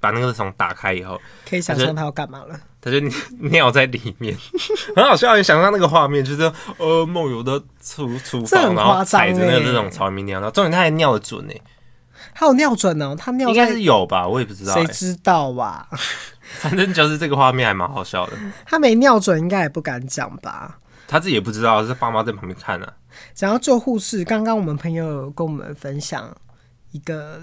[SPEAKER 2] 把那个垃圾桶打开以后，
[SPEAKER 1] 可以想象他要干嘛了。
[SPEAKER 2] 他就尿在里面， 很好笑。你想象那个画面，就是呃梦游的厨厨
[SPEAKER 1] 这
[SPEAKER 2] 房，
[SPEAKER 1] 很
[SPEAKER 2] 然
[SPEAKER 1] 夸
[SPEAKER 2] 后
[SPEAKER 1] 张
[SPEAKER 2] 踩着那
[SPEAKER 1] 欸
[SPEAKER 2] 个这种草民尿，然后重点他还尿的准欸呢、
[SPEAKER 1] 他有尿准哦，他尿
[SPEAKER 2] 应
[SPEAKER 1] 在
[SPEAKER 2] 该是有吧，我也不知道、
[SPEAKER 1] 谁
[SPEAKER 2] 欸。
[SPEAKER 1] 知道啊？
[SPEAKER 2] 反正就是这个画面还蛮好笑的，
[SPEAKER 1] 他没尿准，应该也不敢讲吧。
[SPEAKER 2] 他自己也不知道，是爸妈在旁边看啊。
[SPEAKER 1] 讲到救护室，刚刚我们朋友有跟我们分享一个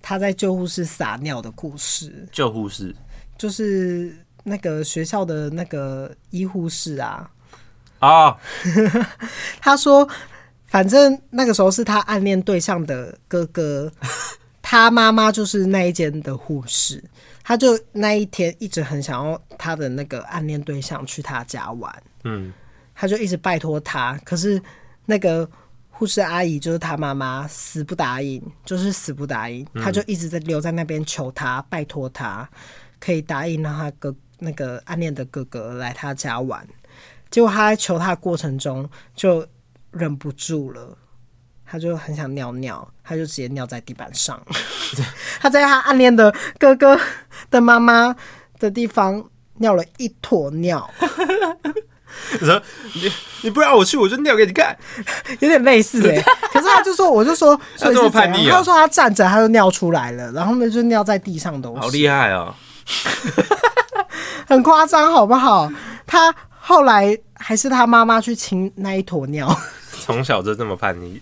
[SPEAKER 1] 他在救护室撒尿的故事，
[SPEAKER 2] 救护士
[SPEAKER 1] 就是那个学校的那个医护室啊，
[SPEAKER 2] 哦，
[SPEAKER 1] 他说，反正那个时候是他暗恋对象的哥哥，他妈妈就是那一间的护士，他就那一天一直很想要他的那个暗恋对象去他家玩，
[SPEAKER 2] 嗯，
[SPEAKER 1] 他就一直拜托他，可是那个。护士阿姨就是他妈妈，死不答应，就是死不答应，他就一直在留在那边求他，拜托他可以答应让他哥那个暗恋的哥哥来他家玩。结果他在求他的过程中就忍不住了，他就很想尿尿，他就直接尿在地板上。 他在他暗恋的哥哥的妈妈的地方尿了一坨尿，
[SPEAKER 2] 你说你你不让我去，我就尿给你看。
[SPEAKER 1] 有点类似 哎、可是他就说，我就说，所以
[SPEAKER 2] 这
[SPEAKER 1] 是
[SPEAKER 2] 么
[SPEAKER 1] 怎样？
[SPEAKER 2] 叛逆啊
[SPEAKER 1] 他就说他站着他就尿出来了，然后呢就尿在地上都
[SPEAKER 2] 好
[SPEAKER 1] 是，
[SPEAKER 2] 厉害哦！
[SPEAKER 1] 很夸张好不好？他后来还是他妈妈去清那一坨尿。
[SPEAKER 2] 从小就这么叛逆，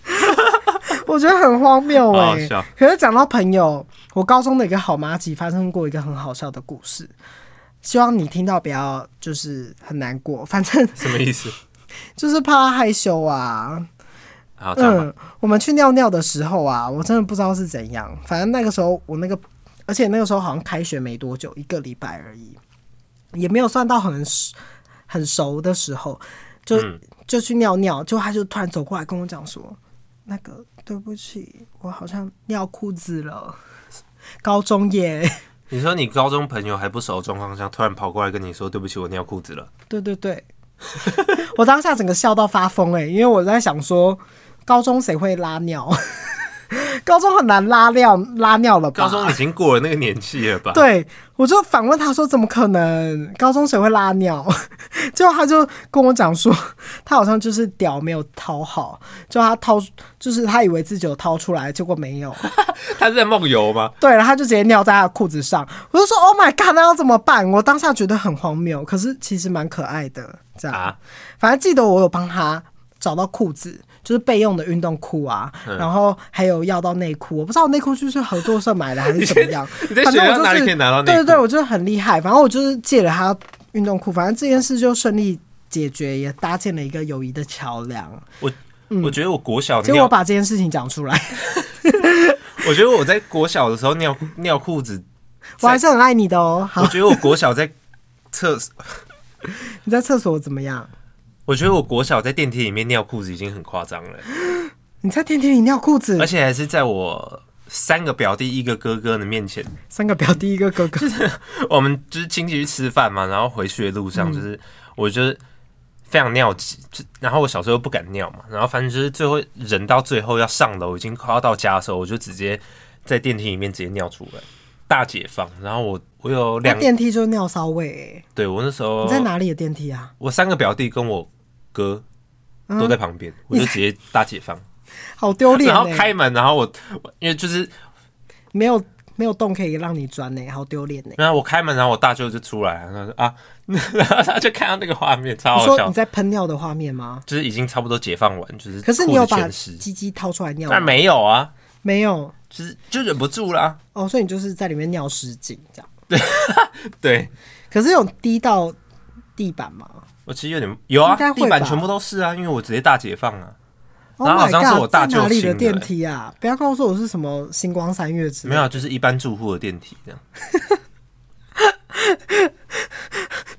[SPEAKER 1] 我觉得很荒谬
[SPEAKER 2] 好
[SPEAKER 1] 哎、
[SPEAKER 2] 好笑
[SPEAKER 1] 可是讲到朋友，我高中的一个好妈吉发生过一个很好笑的故事，希望你听到不要就是很难过，反正
[SPEAKER 2] 什么意思？
[SPEAKER 1] 就是怕她害羞啊。
[SPEAKER 2] 好，这样吧，
[SPEAKER 1] 嗯，我们去尿尿的时候啊，我真的不知道是怎样，反正那个时候我那个，而且那个时候好像开学没多久，一个礼拜而已，也没有算到很熟很熟的时候，就、
[SPEAKER 2] 嗯
[SPEAKER 1] 就去尿尿，就他就突然走过来跟我讲说，那个对不起，我好像尿裤子了。高中耶，
[SPEAKER 2] 你说你高中朋友还不熟的状况下，突然跑过来跟你说对不起，我尿裤子了。
[SPEAKER 1] 对对对， 我当下整个笑到发疯哎、因为我在想说，高中谁会拉尿？ 高中很难拉尿，拉尿了吧？
[SPEAKER 2] 高中已经过了那个年纪了吧？
[SPEAKER 1] 对，我就反问他说：“怎么可能？高中谁会拉尿？” 结果他就跟我讲说，他好像就是屌没有掏好，就他掏，就是他以为自己有掏出来，结果没有。
[SPEAKER 2] 他是在梦游吗？
[SPEAKER 1] 对，然后他就直接尿在他的裤子上。我就说：“Oh my god，那要怎么办？”我当下觉得很荒谬，可是其实蛮可爱的。这样，
[SPEAKER 2] 啊
[SPEAKER 1] 反正记得我有帮他找到裤子。就是备用的运动裤啊，
[SPEAKER 2] 嗯
[SPEAKER 1] 然后还有要到内裤，我不知道我内裤就是合作社买的还是怎么样。
[SPEAKER 2] 你在
[SPEAKER 1] 反
[SPEAKER 2] 学
[SPEAKER 1] 正我
[SPEAKER 2] 校
[SPEAKER 1] 就是
[SPEAKER 2] 哪里可以拿到内
[SPEAKER 1] 对
[SPEAKER 2] 裤？
[SPEAKER 1] 对对，我就是很厉害。反正我就是借了他运动裤，反正这件事就顺利解决，也搭建了一个友谊的桥梁。
[SPEAKER 2] 我觉得我国小
[SPEAKER 1] 结果
[SPEAKER 2] 尿
[SPEAKER 1] 我，把这件事情讲出 来，
[SPEAKER 2] 我觉得我在国小的时候尿尿裤子，
[SPEAKER 1] 我还是很爱你的哦。好
[SPEAKER 2] 我，觉得我国小在厕，
[SPEAKER 1] 你在厕所怎么样？
[SPEAKER 2] 我觉得我国小在电梯里面尿裤子已经很夸张了，
[SPEAKER 1] 嗯你在电梯里尿裤子
[SPEAKER 2] 而，且还是在我三个表弟一个哥哥的面前。
[SPEAKER 1] 三个表弟一个哥哥，
[SPEAKER 2] 我们就是亲戚去吃饭嘛，然后回去的路
[SPEAKER 1] 嗯
[SPEAKER 2] 上就是、我就是非常尿急，就然后我小时候不敢尿嘛，然后反正就是最后忍到最后要上楼，已经快要到家的时候，我就直接在电梯里面直接尿出来，大解放。然后我我有
[SPEAKER 1] 那
[SPEAKER 2] 两，哦
[SPEAKER 1] 电梯就是尿骚味、欸。
[SPEAKER 2] 对我那时候
[SPEAKER 1] 你在哪里的电梯啊？
[SPEAKER 2] 我三个表弟跟我哥
[SPEAKER 1] 嗯
[SPEAKER 2] 都在旁边，我就直接大解放，
[SPEAKER 1] 好丢脸、
[SPEAKER 2] 然后
[SPEAKER 1] 欸！
[SPEAKER 2] 开门，然后我我因为就是
[SPEAKER 1] 没有没有洞可以让你钻呢、好丢脸呢。
[SPEAKER 2] 然后我开门，然后我大舅就出来，然后说啊， 然后他就看到那个画面，超
[SPEAKER 1] 你
[SPEAKER 2] 好
[SPEAKER 1] 说
[SPEAKER 2] 笑
[SPEAKER 1] 你。在喷尿的画面吗？
[SPEAKER 2] 就是已经差不多解放完，就是
[SPEAKER 1] 可是你
[SPEAKER 2] 裤
[SPEAKER 1] 有
[SPEAKER 2] 子
[SPEAKER 1] 把
[SPEAKER 2] 全湿，
[SPEAKER 1] 鸡鸡掏出来尿吗？
[SPEAKER 2] 但没有啊，
[SPEAKER 1] 没有
[SPEAKER 2] 就是就忍不住啦。
[SPEAKER 1] 哦，所以你就是在里面尿失禁这样。
[SPEAKER 2] 对
[SPEAKER 1] 可是有滴到地板吗
[SPEAKER 2] 我其实有点有啊
[SPEAKER 1] 应该，会吧
[SPEAKER 2] 地板全部都是啊，因为我直接大解放啊，
[SPEAKER 1] ？Oh
[SPEAKER 2] 然后好
[SPEAKER 1] my
[SPEAKER 2] 像
[SPEAKER 1] god！
[SPEAKER 2] 是我大舅
[SPEAKER 1] 在哪里
[SPEAKER 2] 请
[SPEAKER 1] 的
[SPEAKER 2] 的
[SPEAKER 1] 电梯啊？不要告诉我是什么星光三月之类
[SPEAKER 2] 没有啊，就是一般住户的电梯这样。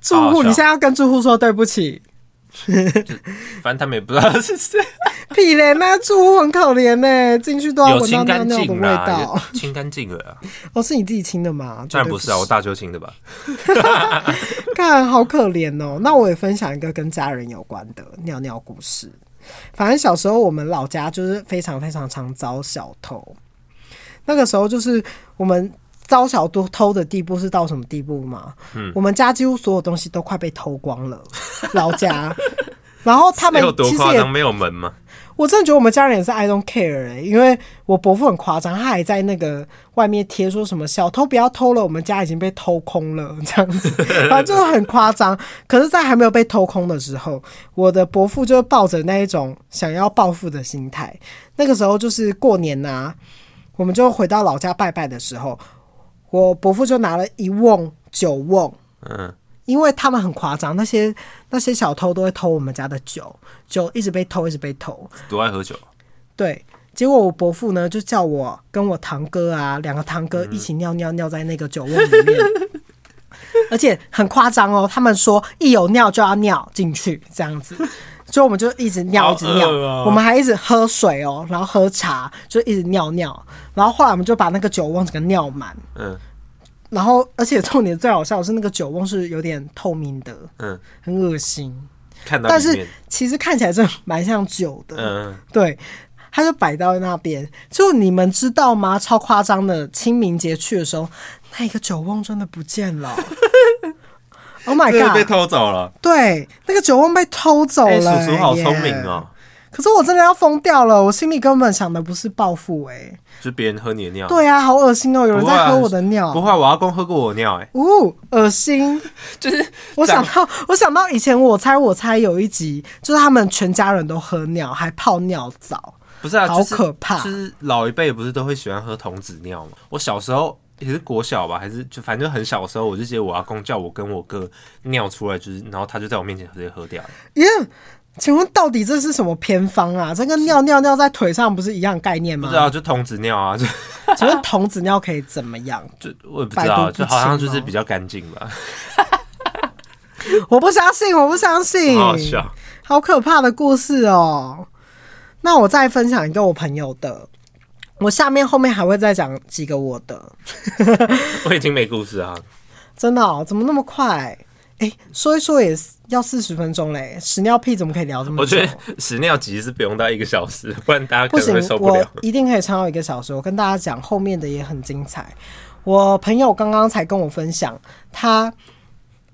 [SPEAKER 1] 住
[SPEAKER 2] 好好
[SPEAKER 1] 户，
[SPEAKER 2] 笑
[SPEAKER 1] 哦你现在要跟住户说对不起。
[SPEAKER 2] 反正他们也不知道 是谁，
[SPEAKER 1] 屁嘞，那住户很可怜呢，进去都要
[SPEAKER 2] 有
[SPEAKER 1] 闻到尿
[SPEAKER 2] 清干
[SPEAKER 1] 尿的
[SPEAKER 2] 净
[SPEAKER 1] 味
[SPEAKER 2] 啦，
[SPEAKER 1] 道。
[SPEAKER 2] 有清干净了 啊，
[SPEAKER 1] 哦，是你自己亲的吗？
[SPEAKER 2] 当然不
[SPEAKER 1] 绝对
[SPEAKER 2] 是啊，我大舅亲的吧？
[SPEAKER 1] 看，好可怜哦。那我也分享一个跟家人有关的尿尿故事。反正小时候我们老家就是非常非常常遭小偷，那个时候就是我们遭小偷偷的地步是到什么地步吗？
[SPEAKER 2] 嗯
[SPEAKER 1] 我们家几乎所有东西都快被偷光了，老家。然后 他们
[SPEAKER 2] 有多
[SPEAKER 1] 其实
[SPEAKER 2] 夸
[SPEAKER 1] 也
[SPEAKER 2] 张？没有门吗？
[SPEAKER 1] 我真的觉得我们家人也是 I don't care 哎、因为我伯父很夸张，他还在那个外面贴说什么小偷不要偷了，我们家已经被偷空了这样子，反正就是很夸张。可是，在还没有被偷空的时候，我的伯父就抱着那一种想要报复的心态。那个时候就是过年呐、我们就回到老家拜拜的时候，我伯父就拿了一瓮酒瓮，
[SPEAKER 2] 嗯，
[SPEAKER 1] 因为他们很夸张，那些那些小偷都会偷我们家的酒，酒一直被偷，一直被偷。
[SPEAKER 2] 多爱喝酒，
[SPEAKER 1] 对，结果我伯父呢就叫我跟我堂哥啊，两个堂哥一起尿尿尿在那个酒瓮里面，而且很夸张哦，他们说一有尿就要尿进去这样子。所以我们就一直尿，
[SPEAKER 2] 好
[SPEAKER 1] 一直尿，
[SPEAKER 2] 恶哦
[SPEAKER 1] 我们还一直喝水哦，然后喝茶，就一直尿尿，然后后来我们就把那个酒瓮整个尿满，
[SPEAKER 2] 嗯
[SPEAKER 1] 然后而且重点最好笑的是那个酒瓮是有点透明的，
[SPEAKER 2] 嗯，
[SPEAKER 1] 很恶心，
[SPEAKER 2] 看到
[SPEAKER 1] 但
[SPEAKER 2] 里
[SPEAKER 1] 是
[SPEAKER 2] 面，
[SPEAKER 1] 其实看起来真的蛮像酒的，
[SPEAKER 2] 嗯，
[SPEAKER 1] 对，他就摆到那边。就你们知道吗？超夸张的，清明节去的时候，那一个酒瓮真的不见了。Oh my
[SPEAKER 2] 这个被
[SPEAKER 1] god！
[SPEAKER 2] 偷走了。
[SPEAKER 1] 对，那个酒瓮被偷走
[SPEAKER 2] 哎，
[SPEAKER 1] 了、
[SPEAKER 2] 叔叔好聪明！哦，
[SPEAKER 1] 可是我真的要疯掉了，我心里根本想的不是报复哎、
[SPEAKER 2] 就别人喝你的尿，
[SPEAKER 1] 对啊，好恶心哦，有人
[SPEAKER 2] 不会
[SPEAKER 1] 在
[SPEAKER 2] 啊
[SPEAKER 1] 喝我的尿。
[SPEAKER 2] 不会啊，我阿公喝过我的尿，哎，
[SPEAKER 1] 哦，恶心！
[SPEAKER 2] 就是
[SPEAKER 1] 我想到，我想到以前我猜我猜有一集，就是他们全家人都喝尿，还泡尿澡。
[SPEAKER 2] 不是啊，
[SPEAKER 1] 好
[SPEAKER 2] 就是
[SPEAKER 1] 可怕
[SPEAKER 2] 就是老一辈不是都会喜欢喝童子尿吗？我小时候也是国小吧，还是就反正很小的时候，我就记得我阿公叫我跟我哥尿出来，就是然后他就在我面前直接喝掉了。
[SPEAKER 1] 耶、请问到底这是什么偏方啊？这跟尿尿尿在腿上不是一样概念
[SPEAKER 2] 不
[SPEAKER 1] 吗
[SPEAKER 2] 知？道就童子尿啊，就
[SPEAKER 1] 请问童子尿可以怎么样？
[SPEAKER 2] 就我也不
[SPEAKER 1] 百
[SPEAKER 2] 知
[SPEAKER 1] 毒
[SPEAKER 2] 道，
[SPEAKER 1] 不
[SPEAKER 2] 就好像
[SPEAKER 1] 侵
[SPEAKER 2] 就是
[SPEAKER 1] 哦
[SPEAKER 2] 比较干净吧，
[SPEAKER 1] 我不相信，我不相信，
[SPEAKER 2] 好 好笑。
[SPEAKER 1] 好可怕的故事哦。那我再分享一个我朋友的，我下面后面还会再讲几个我的，
[SPEAKER 2] 我已经没故事啊，
[SPEAKER 1] 嗯真的、哦、怎么那么快？哎、说一说也是要四十分钟嘞，屎尿屁怎么可以聊这么
[SPEAKER 2] 我
[SPEAKER 1] 久？
[SPEAKER 2] 觉得屎尿急是不用到一个小时，不然大家
[SPEAKER 1] 不
[SPEAKER 2] 可
[SPEAKER 1] 行
[SPEAKER 2] 能会受，不
[SPEAKER 1] 我
[SPEAKER 2] 了。
[SPEAKER 1] 一定可以撑到一个小时。我跟大家讲，后面的也很精彩。我朋友刚刚才跟我分享，他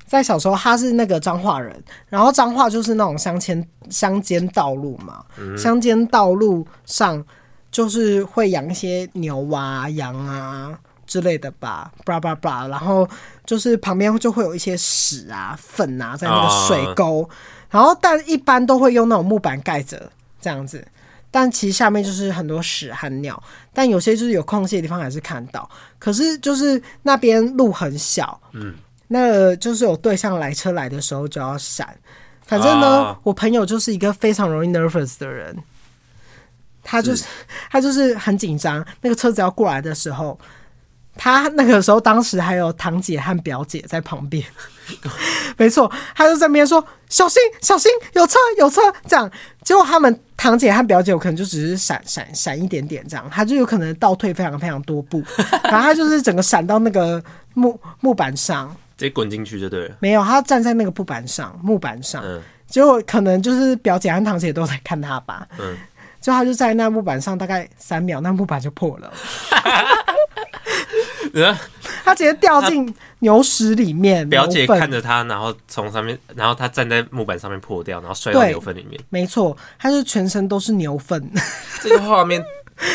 [SPEAKER 1] 在小时候他是那个彰化人，然后彰化就是那种乡间乡间道路嘛，
[SPEAKER 2] 嗯
[SPEAKER 1] 乡间道路上就是会养一些牛啊、羊啊之类的吧，叭叭叭，然后就是旁边就会有一些屎啊、粪啊在那个水沟，
[SPEAKER 2] 啊
[SPEAKER 1] 然后但一般都会用那种木板盖着这样子。但其实下面就是很多屎和尿，但有些就是有空隙的地方还是看到。可是就是那边路很小，那就是有对向来车来的时候就要闪，反正呢，
[SPEAKER 2] 啊
[SPEAKER 1] 我朋友就是一个非常容易 nervous 的人，他就是他就是很紧张。那个车子要过来的时候，他那个时候当时还有堂姐和表姐在旁边，没错，他就在那边说小心小心，有车有车这样。结果他们堂姐和表姐，我可能就只是闪闪闪一点点这样，他就有可能倒退非常非常多 步，然后他就是整个闪到那个木木板上。
[SPEAKER 2] 直接滚进去就对了。
[SPEAKER 1] 没有，他站在那个布板上，木板上，
[SPEAKER 2] 嗯
[SPEAKER 1] 结果可能就是表姐和堂姐都在看他吧，
[SPEAKER 2] 嗯，
[SPEAKER 1] 就他就在那木板上大概三秒，那木板就破了，
[SPEAKER 2] 然后
[SPEAKER 1] 他直接掉 进牛屎里面，
[SPEAKER 2] 表姐
[SPEAKER 1] 牛粪
[SPEAKER 2] 看着他，然后从上面，然后他站在木板上面破掉，然后摔到
[SPEAKER 1] 对
[SPEAKER 2] 牛粪里面。
[SPEAKER 1] 没错，他就全身都是牛粪，
[SPEAKER 2] 这个画面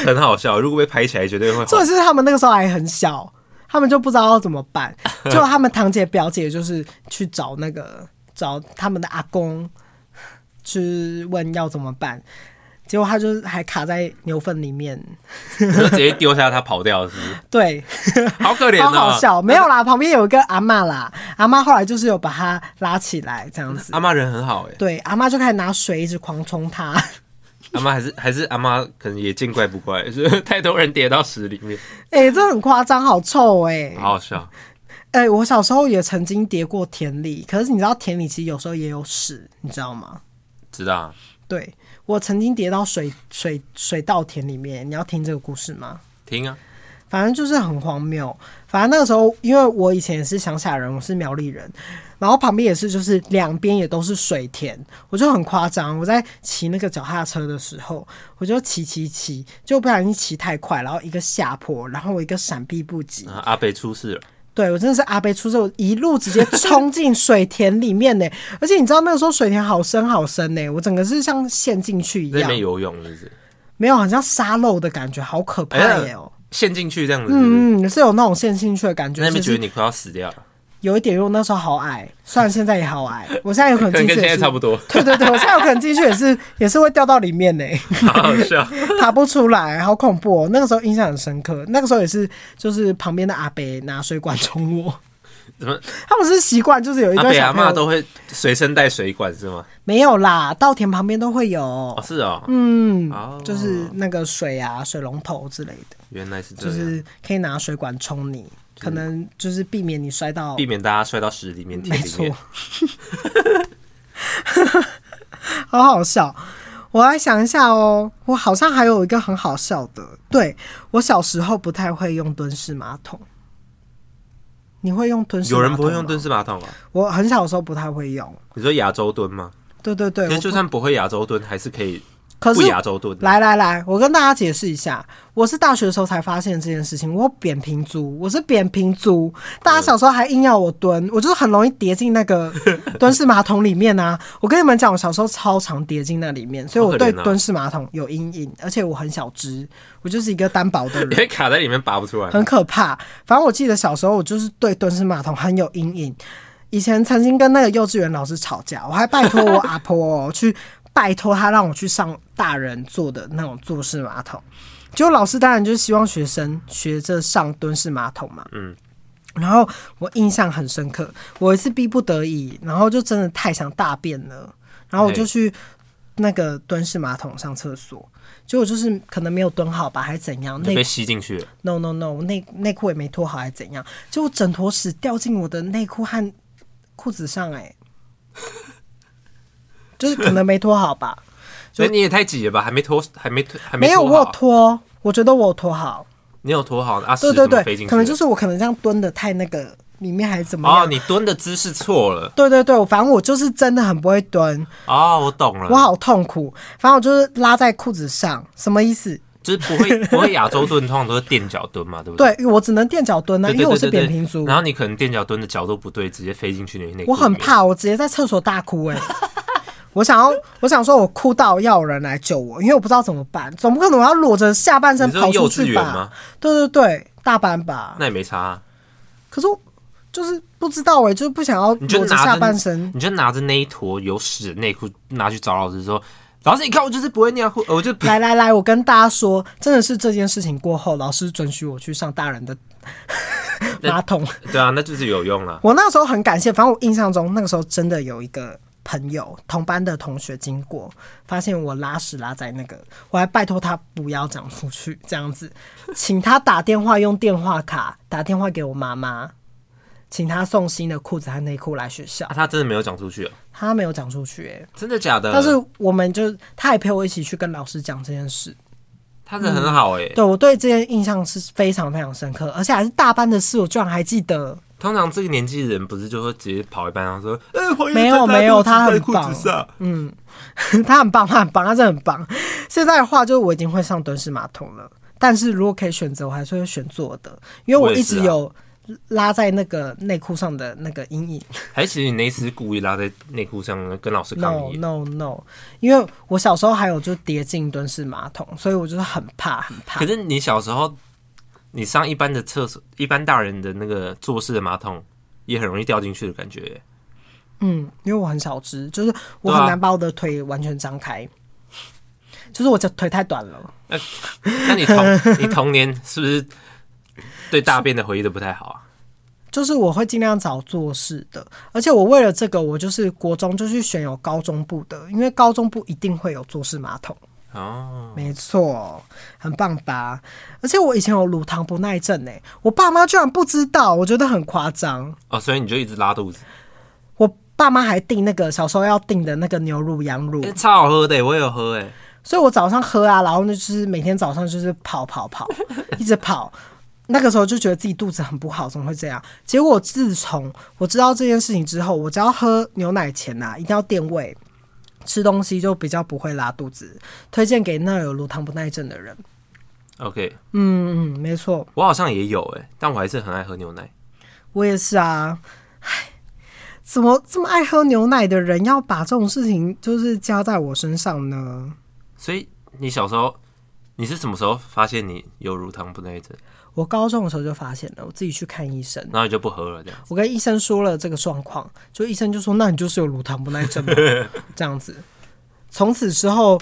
[SPEAKER 2] 很好笑，如果被拍起来，绝对会好
[SPEAKER 1] 重点是他们那个时候还很小，他们就不知道要怎么 办，就他们堂姐表姐就是去找那个找他们的阿公，去问要怎么办，结果他就是还卡在牛粪里面，
[SPEAKER 2] 然后直接丢下他跑掉，是不是？
[SPEAKER 1] 对。
[SPEAKER 2] 好可怜
[SPEAKER 1] 好
[SPEAKER 2] 哦。
[SPEAKER 1] 好笑，没有啦，旁边有一个阿嬷啦，阿嬷后来就是有把他拉起来这样子，
[SPEAKER 2] 阿妈人很好哎、
[SPEAKER 1] 对，阿嬷就开始拿水一直狂冲 他，
[SPEAKER 2] 阿妈还是还是阿妈，可能也见怪不怪，就是 太多人跌到屎里面，
[SPEAKER 1] 哎、这很夸张，好臭哎、
[SPEAKER 2] 好好笑。
[SPEAKER 1] 哎、我小时候也曾经跌过田里，可是你知道田里其实有时候也有屎，你知道吗？
[SPEAKER 2] 知道啊
[SPEAKER 1] 对我曾经跌到水水水稻田里面，你要听这个故事吗？
[SPEAKER 2] 听啊，
[SPEAKER 1] 反正就是很荒谬。反正那个时候，因为我以前也是乡下人，我是苗栗人，然后旁边也是就是两边也都是水田，我就很夸张。我在骑那个脚踏车的时候，我就骑骑骑，就不小心骑太快，然后一个下坡，然后我一个闪避不及，
[SPEAKER 2] 啊阿北出事了，
[SPEAKER 1] 对我真的是阿贝出事，我一路直接冲进水田里面呢。 而且你知道那个时候水田好深好深呢，我整个是像陷进去一
[SPEAKER 2] 在那
[SPEAKER 1] 样
[SPEAKER 2] 边，游泳是不是？
[SPEAKER 1] 没有好像沙漏的感觉，好可怕
[SPEAKER 2] 哎呀
[SPEAKER 1] 耶哦、
[SPEAKER 2] 陷进去这样子是不是
[SPEAKER 1] 嗯，是有那种陷进去的感觉，
[SPEAKER 2] 在那边
[SPEAKER 1] 只是
[SPEAKER 2] 觉得你快要死掉 了，
[SPEAKER 1] 有一点，因为我那时候好矮，虽然现在也好 矮，我现在有可
[SPEAKER 2] 可
[SPEAKER 1] 能
[SPEAKER 2] 能
[SPEAKER 1] 进
[SPEAKER 2] 跟
[SPEAKER 1] 去
[SPEAKER 2] 现
[SPEAKER 1] 也
[SPEAKER 2] 在
[SPEAKER 1] 是，
[SPEAKER 2] 差不多，
[SPEAKER 1] 对对对，我现在有可能进去也是也是会掉到里面呢、
[SPEAKER 2] 好好笑。
[SPEAKER 1] 爬不出来，好恐怖哦！那个时候印象很深刻，那个时候也是就是旁边的阿伯拿水管冲我，
[SPEAKER 2] 怎么
[SPEAKER 1] 他们是习惯就是有一
[SPEAKER 2] 阿
[SPEAKER 1] 段
[SPEAKER 2] 北
[SPEAKER 1] 小
[SPEAKER 2] 阿
[SPEAKER 1] 朋友
[SPEAKER 2] 妈都会随身带水管是吗？
[SPEAKER 1] 没有啦，稻田旁边都会有
[SPEAKER 2] 哦，，是哦，
[SPEAKER 1] 嗯，
[SPEAKER 2] 哦
[SPEAKER 1] 就是那个水啊、水龙头之类的，
[SPEAKER 2] 原来是这
[SPEAKER 1] 就
[SPEAKER 2] 样，
[SPEAKER 1] 是可以拿水管冲你，可能就是避免你摔到
[SPEAKER 2] 避免大家摔到屎里面、田
[SPEAKER 1] 没
[SPEAKER 2] 里
[SPEAKER 1] 错
[SPEAKER 2] 面。，
[SPEAKER 1] 好好笑。我来想一下哦，我好像还有一个很好笑的。对我小时候不太会用蹲式马桶，你会用蹲式？
[SPEAKER 2] 有人不会用蹲，式马桶啊？
[SPEAKER 1] 我很小的时候不太会用。
[SPEAKER 2] 你说亚洲蹲吗？
[SPEAKER 1] 对对对，
[SPEAKER 2] 其
[SPEAKER 1] 我
[SPEAKER 2] 实就算不会亚洲蹲，还是可以
[SPEAKER 1] 可
[SPEAKER 2] 不
[SPEAKER 1] 是
[SPEAKER 2] 亚洲蹲的。
[SPEAKER 1] 来来来，我跟大家解释一下，我是大学的时候才发现这件事情。我扁平足，我是扁平足，
[SPEAKER 2] 嗯
[SPEAKER 1] 大家小时候还硬要我蹲，我就是很容易跌进那 个蹲式马桶里面啊。我跟你们讲，我小时候超常跌进那里面，所以
[SPEAKER 2] 好
[SPEAKER 1] 我
[SPEAKER 2] 可
[SPEAKER 1] 对
[SPEAKER 2] 怜啊
[SPEAKER 1] 蹲式马桶有阴影，而且我很小只，我就是一个单薄的
[SPEAKER 2] 因
[SPEAKER 1] 人。
[SPEAKER 2] 为卡在里面拔不出来。
[SPEAKER 1] 很可怕。反正我记得小时候我就是对蹲式马桶很有阴影，以前曾经跟那个幼稚园老师吵架，我还拜托我阿婆哦、去拜托她让我去上大人做的那种坐式马桶。结果老师当然就是希望学生学着上蹲式马桶嘛，嗯。然后我印象很深刻，我有一次逼不得已，然后就真的太想大便了，然后我就
[SPEAKER 2] 嘿
[SPEAKER 1] 去那个蹲式马桶上厕所，结果就是可能没有蹲好吧，还是怎样，
[SPEAKER 2] 你
[SPEAKER 1] 那
[SPEAKER 2] 就被吸进去了，
[SPEAKER 1] no no no，我内内裤也没脱好，还是怎样？结果整坨屎掉进我的内裤和裤子上、哎，就是可能没脱好吧？
[SPEAKER 2] 所以你也太挤了吧？还没脱，还 没脱，还
[SPEAKER 1] 没有，
[SPEAKER 2] 脱
[SPEAKER 1] 我有
[SPEAKER 2] 好
[SPEAKER 1] 脱，哦我觉得我有脱好。
[SPEAKER 2] 你有脱好啊？
[SPEAKER 1] 对
[SPEAKER 2] 屎怎
[SPEAKER 1] 对
[SPEAKER 2] 么飞
[SPEAKER 1] 对，
[SPEAKER 2] 进去
[SPEAKER 1] 可能就是是我可能这样蹲的太那个，里面还是怎么
[SPEAKER 2] 哦，
[SPEAKER 1] 样？
[SPEAKER 2] 你蹲的姿势错了
[SPEAKER 1] 对对对，我反正我就是真的很不会蹲，
[SPEAKER 2] 哦，我懂了，
[SPEAKER 1] 我好痛苦。反正我就是拉在裤子上，什么意思？
[SPEAKER 2] 就是不 会不会亚洲蹲，通常都是垫脚蹲嘛，对不？
[SPEAKER 1] 对我只能垫脚蹲啊，
[SPEAKER 2] 对
[SPEAKER 1] 因为我是扁平足。
[SPEAKER 2] 然后你可能垫脚蹲的角度不对，直接飞进去你的内裤。
[SPEAKER 1] 我很，怕，我直接在厕所大哭哎、 我想要，我想说，我哭到要有人来救我，因为我不知道怎么办，总不可能我要裸着下半身
[SPEAKER 2] 你说
[SPEAKER 1] 跑出
[SPEAKER 2] 幼稚
[SPEAKER 1] 去
[SPEAKER 2] 园
[SPEAKER 1] 吧
[SPEAKER 2] 吗？
[SPEAKER 1] 对对对，大班吧。
[SPEAKER 2] 那也没差啊，
[SPEAKER 1] 可是我就是不知道哎、就是不想要
[SPEAKER 2] 你就
[SPEAKER 1] 裸着
[SPEAKER 2] 拿着
[SPEAKER 1] 下半身。
[SPEAKER 2] 你就拿着那一坨有屎的内裤拿去找老师说，老师你看我就是不会尿裤，呃我就不
[SPEAKER 1] 来来来，我跟大家说，真的是这件事情过后，老师准许我去上大人的马桶。
[SPEAKER 2] 对啊，那就是有用了。
[SPEAKER 1] 我那时候很感谢，反正我印象中那个时候真的有一个朋友、同班的同学经过，发现我拉屎拉在那个，我还拜托他不要讲出去，这样子，请他打电话用电话卡打电话给我妈妈，请他送新的裤子和内裤来学校
[SPEAKER 2] 啊，。他真的没有讲出去哦，
[SPEAKER 1] 他没有讲出去、欸，
[SPEAKER 2] 真的假的？
[SPEAKER 1] 但是我们就他也陪我一起去跟老师讲这件事。
[SPEAKER 2] 他人很好哎、
[SPEAKER 1] 对我对这件印象是非常非常深刻，而且还是大班的事，我居然还记得。
[SPEAKER 2] 通常这个年纪的人不是就会直接跑一班，然后说：“哎、黄
[SPEAKER 1] 没有没有他很棒
[SPEAKER 2] 上。
[SPEAKER 1] 他很棒，他很棒，他真的很棒。现在的话，就是我已经会上蹲式马桶了，但是如果可以选择，我还是会选坐的，因为
[SPEAKER 2] 我
[SPEAKER 1] 我
[SPEAKER 2] 也
[SPEAKER 1] 一
[SPEAKER 2] 是
[SPEAKER 1] 直
[SPEAKER 2] 啊
[SPEAKER 1] 有拉在那个内裤上的那个阴影。
[SPEAKER 2] 还其实你那一次是故意拉在内裤上跟老师 抗
[SPEAKER 1] No
[SPEAKER 2] 议
[SPEAKER 1] no no，因为我小时候还有就跌进蹲式马桶，所以我就是很怕很怕
[SPEAKER 2] 可。是你小时候，你上一般的厕所，一般大人的那个坐式的马桶，也很容易掉进去的感觉耶、
[SPEAKER 1] 嗯，因为我很少只，就是我
[SPEAKER 2] 对啊
[SPEAKER 1] 很难把我的腿完全张开，就是我这腿太短了。
[SPEAKER 2] 那你童你童年是不是对大便的回忆都不太好啊？
[SPEAKER 1] 就是我会尽量找做事的，而且我为了这个，我就是国中就去选有高中部的，因为高中部一定会有坐式马桶，
[SPEAKER 2] 哦，
[SPEAKER 1] 没错，很棒吧？而且我以前有乳糖不耐症呢、欸我爸妈居然不知道，我觉得很夸张。
[SPEAKER 2] 哦，所以你就一直拉肚子，
[SPEAKER 1] 我爸妈还订那个小时候要订的那个牛乳、羊乳
[SPEAKER 2] 哎、，超好喝的耶、我也有喝哎、
[SPEAKER 1] 所以我早上喝啊，然后呢就是每天早上就是跑跑 跑，一直跑。那个时候就觉得自己肚子很不好，怎么会这样？结果自从我知道这件事情之后，我只要喝牛奶前呐、啊，一定要垫胃，吃东西就比较不会拉肚子。推荐给那有乳糖不耐症的人。
[SPEAKER 2] OK，
[SPEAKER 1] 嗯嗯，没错，
[SPEAKER 2] 我好像也有哎、但我还是很爱喝牛奶。
[SPEAKER 1] 我也是啊。唉，怎么这么爱喝牛奶的人要把这种事情就是加在我身上呢？
[SPEAKER 2] 所以你小时候，你是什么时候发现你有乳糖不耐症，
[SPEAKER 1] 我高中的时候就发现了，我自己去看医生。
[SPEAKER 2] 然后你就不喝了这样？
[SPEAKER 1] 我跟医生说了这个状况，就医生就说：“那你就是有乳糖不耐 症嘛。”这样子，从此之后，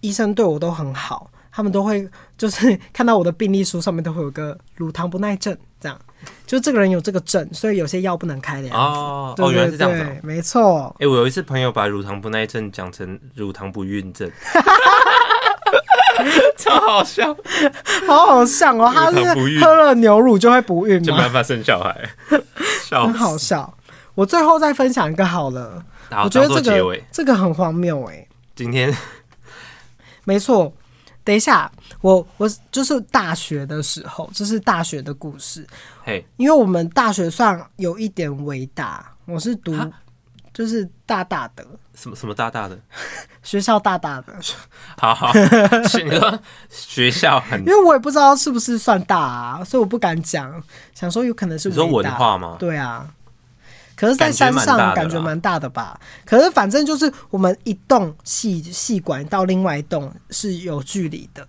[SPEAKER 1] 医生对我都很好，他们都会就是 看到我的病历书上面都会有个乳糖不耐症，这样就这个人有这个症，所以有些药不能开的呀。
[SPEAKER 2] 哦
[SPEAKER 1] 对
[SPEAKER 2] 哦，
[SPEAKER 1] 对
[SPEAKER 2] 原来是这样子哦、
[SPEAKER 1] 对没错。
[SPEAKER 2] 哎、我有一次朋友把乳糖不耐症讲成乳糖不孕症，超好笑，
[SPEAKER 1] 好好像哦，他
[SPEAKER 2] 乳糖不
[SPEAKER 1] 是
[SPEAKER 2] 孕
[SPEAKER 1] 喝了牛乳就会不孕
[SPEAKER 2] 就没
[SPEAKER 1] 吗？
[SPEAKER 2] 办法生小孩， 笑
[SPEAKER 1] 很好
[SPEAKER 2] 死。
[SPEAKER 1] 笑。我最后再分享一个好了，
[SPEAKER 2] 好，
[SPEAKER 1] 我觉得
[SPEAKER 2] 当作
[SPEAKER 1] 这
[SPEAKER 2] 结
[SPEAKER 1] 个
[SPEAKER 2] 尾，
[SPEAKER 1] 这个很荒谬哎、
[SPEAKER 2] 今天
[SPEAKER 1] 没错。等一下，我我就是大学的时候，这是大学的故事，
[SPEAKER 2] 嘿，
[SPEAKER 1] 因为我们大学算有一点伟大，我是读
[SPEAKER 2] 哈
[SPEAKER 1] 就是大大的
[SPEAKER 2] 什么什么大大的，
[SPEAKER 1] 学校大大的，
[SPEAKER 2] 好好， 是你说学校很
[SPEAKER 1] 因，为我也不知道是不是算大啊，所以我不敢讲，想说有可能是
[SPEAKER 2] 你说
[SPEAKER 1] 伟
[SPEAKER 2] 文
[SPEAKER 1] 大
[SPEAKER 2] 化吗？
[SPEAKER 1] 对啊。可是，在
[SPEAKER 2] 感觉
[SPEAKER 1] 山
[SPEAKER 2] 蛮大
[SPEAKER 1] 上
[SPEAKER 2] 的
[SPEAKER 1] 感觉
[SPEAKER 2] 啦
[SPEAKER 1] 蛮大的吧？可是反正就是我们一栋细细管到另外一栋是有距离的。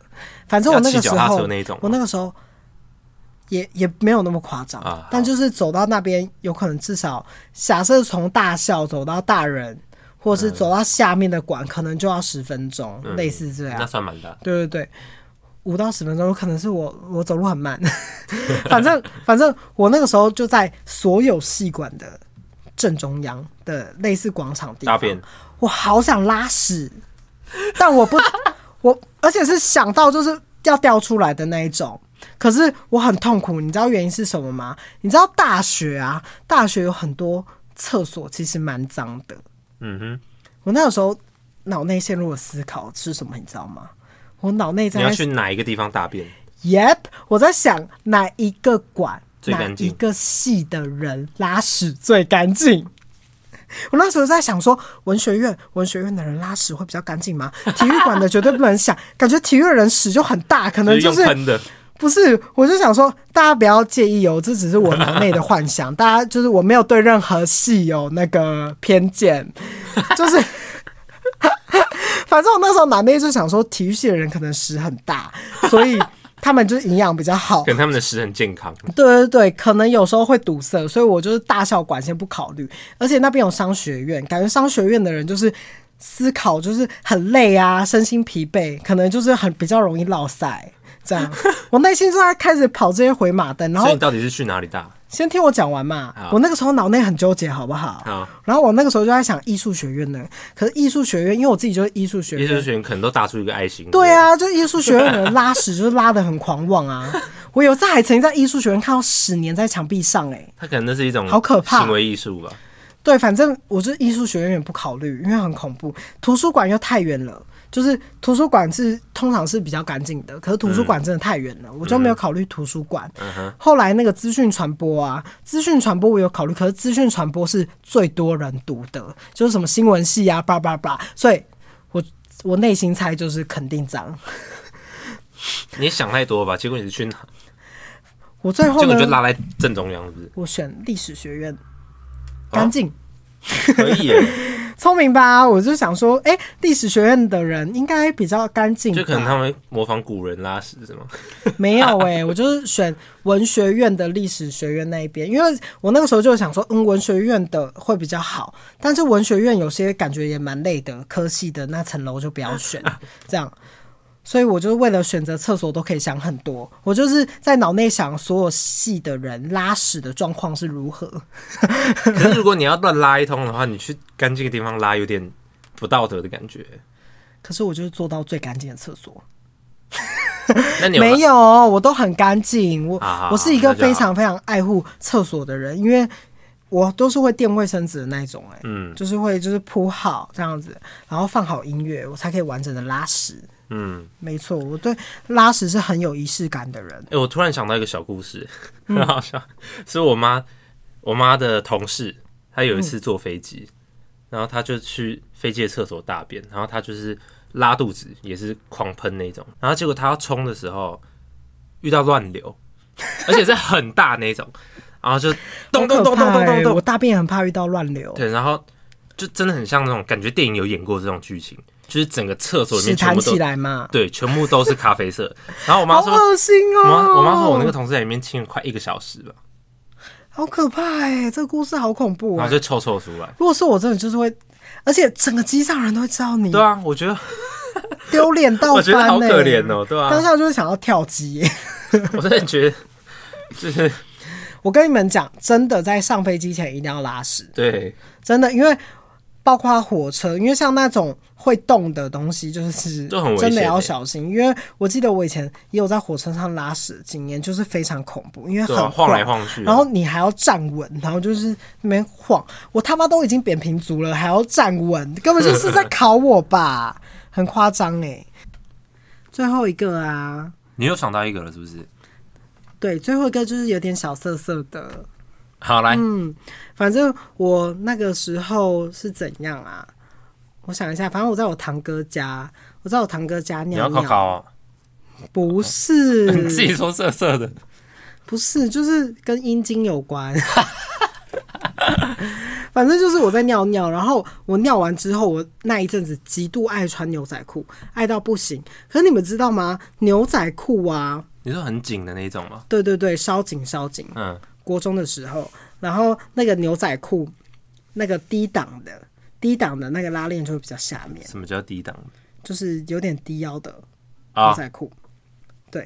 [SPEAKER 1] 反正我
[SPEAKER 2] 要
[SPEAKER 1] 那
[SPEAKER 2] 骑
[SPEAKER 1] 个时
[SPEAKER 2] 脚踏
[SPEAKER 1] 候
[SPEAKER 2] 车，那一种吗，
[SPEAKER 1] 我那个时候也也没有那么夸张，
[SPEAKER 2] 啊
[SPEAKER 1] 但
[SPEAKER 2] 好
[SPEAKER 1] 就是走到那边，有可能至少假设从大校走到大人，或者是走到下面的馆，可能就要十分钟，
[SPEAKER 2] 嗯
[SPEAKER 1] 类似这样
[SPEAKER 2] 那。算蛮大的。
[SPEAKER 1] 对对啊对，五到十分钟，有可能是我我走路很慢， 反正反正我那个时候就在所有戏馆的正中央的类似广场地
[SPEAKER 2] 大
[SPEAKER 1] 方，
[SPEAKER 2] 便
[SPEAKER 1] 我好想拉屎，但我不我，而且是想到就是要掉出来的那一种。可是我很痛苦，你知道原因是什么吗？你知道大学啊，大学有很多厕所其实蛮脏的，
[SPEAKER 2] 嗯哼，
[SPEAKER 1] 我那个时候脑内陷入了思考是什么，你知道吗？我脑内
[SPEAKER 2] 你要
[SPEAKER 1] 在
[SPEAKER 2] 去哪一个地方大便？
[SPEAKER 1] ，Yep，我在想哪一个馆、
[SPEAKER 2] 最
[SPEAKER 1] 哪
[SPEAKER 2] 干净
[SPEAKER 1] 一个系的人拉屎最干净。 我那时候在想说，文学院文学院的人拉屎会比较干净吗？体育馆的绝对不能想，感觉体育的人屎就很大，可能就
[SPEAKER 2] 用
[SPEAKER 1] 是
[SPEAKER 2] 喷的，
[SPEAKER 1] 不是，我就想说，大家不要介意哦，这只是我脑内的幻想。大家就是我没有对任何戏有那个偏见， 就是，反正我那时候脑内就想说，体育系的人可能屎很大，所以他们就是营养比较好
[SPEAKER 2] 可。能他们的食很健康。
[SPEAKER 1] 对对对，可能有时候会堵塞，所以我就是大校管先不考虑，而且那边有商学院，感觉商学院的人就是思考就是很累啊，身心疲惫，可能就是很比较容易落塞。这样，我内心就在开始跑这些回马灯，然
[SPEAKER 2] 所以
[SPEAKER 1] 后
[SPEAKER 2] 你到底是去哪里大？
[SPEAKER 1] 先听我讲完嘛
[SPEAKER 2] 好。
[SPEAKER 1] 我那个时候脑内很纠结，好不好？
[SPEAKER 2] 好，
[SPEAKER 1] 然后我那个时候就在想艺术学院呢，可是艺术学院，因为我自己就是艺术学
[SPEAKER 2] 艺术
[SPEAKER 1] 院，
[SPEAKER 2] 学院可能都打出一个爱心。
[SPEAKER 1] 对，啊，就艺术学院的人拉屎就是拉的很狂妄啊。我有一次还曾经在艺术学院看到屎粘在墙壁上、欸，
[SPEAKER 2] 他可能那是一种
[SPEAKER 1] 好可怕
[SPEAKER 2] 行为艺术吧。
[SPEAKER 1] 对，反正我就是艺术学院也不考虑，因为很恐怖。图书馆又太远了，就是图书馆是通常是比较干净的，可是图书
[SPEAKER 2] 嗯
[SPEAKER 1] 馆真的太远了，我就没有考虑图书馆。后来那个资讯传播啊，资讯传播我有考虑，可是资讯传播是最多人读的，就是什么新闻系啊，叭叭叭，所以我我内心猜就是肯定脏。
[SPEAKER 2] 你想太多吧？结果你是去哪？
[SPEAKER 1] 我最后
[SPEAKER 2] 结果
[SPEAKER 1] 呢？
[SPEAKER 2] 你就，拉来正中央，是不是
[SPEAKER 1] 我选历史学院，
[SPEAKER 2] 哦
[SPEAKER 1] 干净。
[SPEAKER 2] 可以耶，
[SPEAKER 1] 聪明吧？我就想说，哎、历史学院的人应该比较干净吧，
[SPEAKER 2] 就可能他们模仿古人拉屎 是吗？
[SPEAKER 1] 没有哎、我就是选文学院的历史学院那一边，因为我那个时候就想说，嗯，文学院的会比较好，但是文学院有些感觉也蛮累的，科系的那层楼就不要选，这样。所以我就为了选择厕所都可以想很多，我就是在脑内想所有系的人拉屎的状况是如何。
[SPEAKER 2] 可是如果你要乱拉一通的话，你去干净的地方拉有点不道德的感觉。
[SPEAKER 1] 可是我就是做到最干净的厕所，
[SPEAKER 2] 那你有拉
[SPEAKER 1] 没有，我都很干净。我
[SPEAKER 2] 啊好好
[SPEAKER 1] 我是一个
[SPEAKER 2] 那就好
[SPEAKER 1] 非常非常爱护厕所的人，因为我都是会垫卫生纸的那一种、哎，
[SPEAKER 2] 嗯
[SPEAKER 1] 就是会就是铺好这样子，然后放好音乐，我才可以完整的拉屎。
[SPEAKER 2] 嗯，
[SPEAKER 1] 没错，我对拉屎是很有仪式感的人。
[SPEAKER 2] 哎、我突然想到一个小故事，
[SPEAKER 1] 嗯
[SPEAKER 2] 很好笑，是我妈我妈的同事，她有一
[SPEAKER 1] 嗯
[SPEAKER 2] 次坐飞机，然后她就去飞机的厕所大便，然后她就是拉肚子，也是狂喷那种，然后结果她要冲的时候遇到 乱流，而且是很大那种，然后就咚咚咚
[SPEAKER 1] 好
[SPEAKER 2] 咚
[SPEAKER 1] 可怕
[SPEAKER 2] 咚
[SPEAKER 1] 哎
[SPEAKER 2] 咚咚
[SPEAKER 1] 我，大便很怕遇到乱流，
[SPEAKER 2] 对，然后就真的很像那种感觉，电影有演过这种剧情，就是整个厕所里
[SPEAKER 1] 屎
[SPEAKER 2] 面全
[SPEAKER 1] 弹
[SPEAKER 2] 部都
[SPEAKER 1] 起来嘛，
[SPEAKER 2] 对，全部都是咖啡色。然后我妈
[SPEAKER 1] 好
[SPEAKER 2] 说，
[SPEAKER 1] 恶心
[SPEAKER 2] 我妈
[SPEAKER 1] 哦！
[SPEAKER 2] 我妈说我那个同事在里面清了快一个小时吧，
[SPEAKER 1] 好可怕哎、这个故事好恐怖啊
[SPEAKER 2] 然后！就臭臭出来。
[SPEAKER 1] 如果是我，真的就是会，而且整个机上人都会知道你，
[SPEAKER 2] 对啊，我觉得
[SPEAKER 1] 丢脸到
[SPEAKER 2] 我
[SPEAKER 1] 翻、欸，
[SPEAKER 2] 觉得好可怜哦、对
[SPEAKER 1] 当
[SPEAKER 2] 啊，
[SPEAKER 1] 下就是想要跳机耶、
[SPEAKER 2] 我真的觉得就是
[SPEAKER 1] 我跟你们讲，真的在上飞机前一定要拉屎，
[SPEAKER 2] 对，
[SPEAKER 1] 真的，因为包括火车，因为像那种会动的东西，就是
[SPEAKER 2] 就很危险
[SPEAKER 1] 真的要
[SPEAKER 2] 欸
[SPEAKER 1] 小心。因为我记得我以前也有在火车上拉屎的经验，就是非常恐怖，因为
[SPEAKER 2] 对
[SPEAKER 1] 很
[SPEAKER 2] 啊，
[SPEAKER 1] 晃
[SPEAKER 2] 晃来晃去啊，
[SPEAKER 1] 然后你还要站稳，然后就是那边晃，我他妈都已经扁平足了，还要站稳，根本就是在考我吧，很夸张哎。最后一个啊，
[SPEAKER 2] 你又想到一个了，是不是？
[SPEAKER 1] 对，最后一个就是有点小涩涩的，
[SPEAKER 2] 好，来，
[SPEAKER 1] 嗯反正我那个时候是怎样啊？我想一下，反正我在我堂哥家，我在我堂哥家
[SPEAKER 2] 你
[SPEAKER 1] 尿
[SPEAKER 2] 要考
[SPEAKER 1] 尿，
[SPEAKER 2] 考哦，
[SPEAKER 1] 不
[SPEAKER 2] 你自己
[SPEAKER 1] 是，
[SPEAKER 2] 说色色的，
[SPEAKER 1] 不是，就是跟阴茎有关。 反正就是我在尿尿，然后我尿完之后，我那一阵子极度爱穿牛仔裤，爱到不行。可是你们知道吗？牛仔裤啊，
[SPEAKER 2] 你说很紧的那一种吗？
[SPEAKER 1] 对对对，稍紧稍紧，
[SPEAKER 2] 嗯，
[SPEAKER 1] 国中的时候，然后那个牛仔裤，那个低档的，低档的那个拉链就会比较下面，
[SPEAKER 2] 什么叫低档
[SPEAKER 1] 就是有点低腰的牛
[SPEAKER 2] 啊
[SPEAKER 1] 仔裤。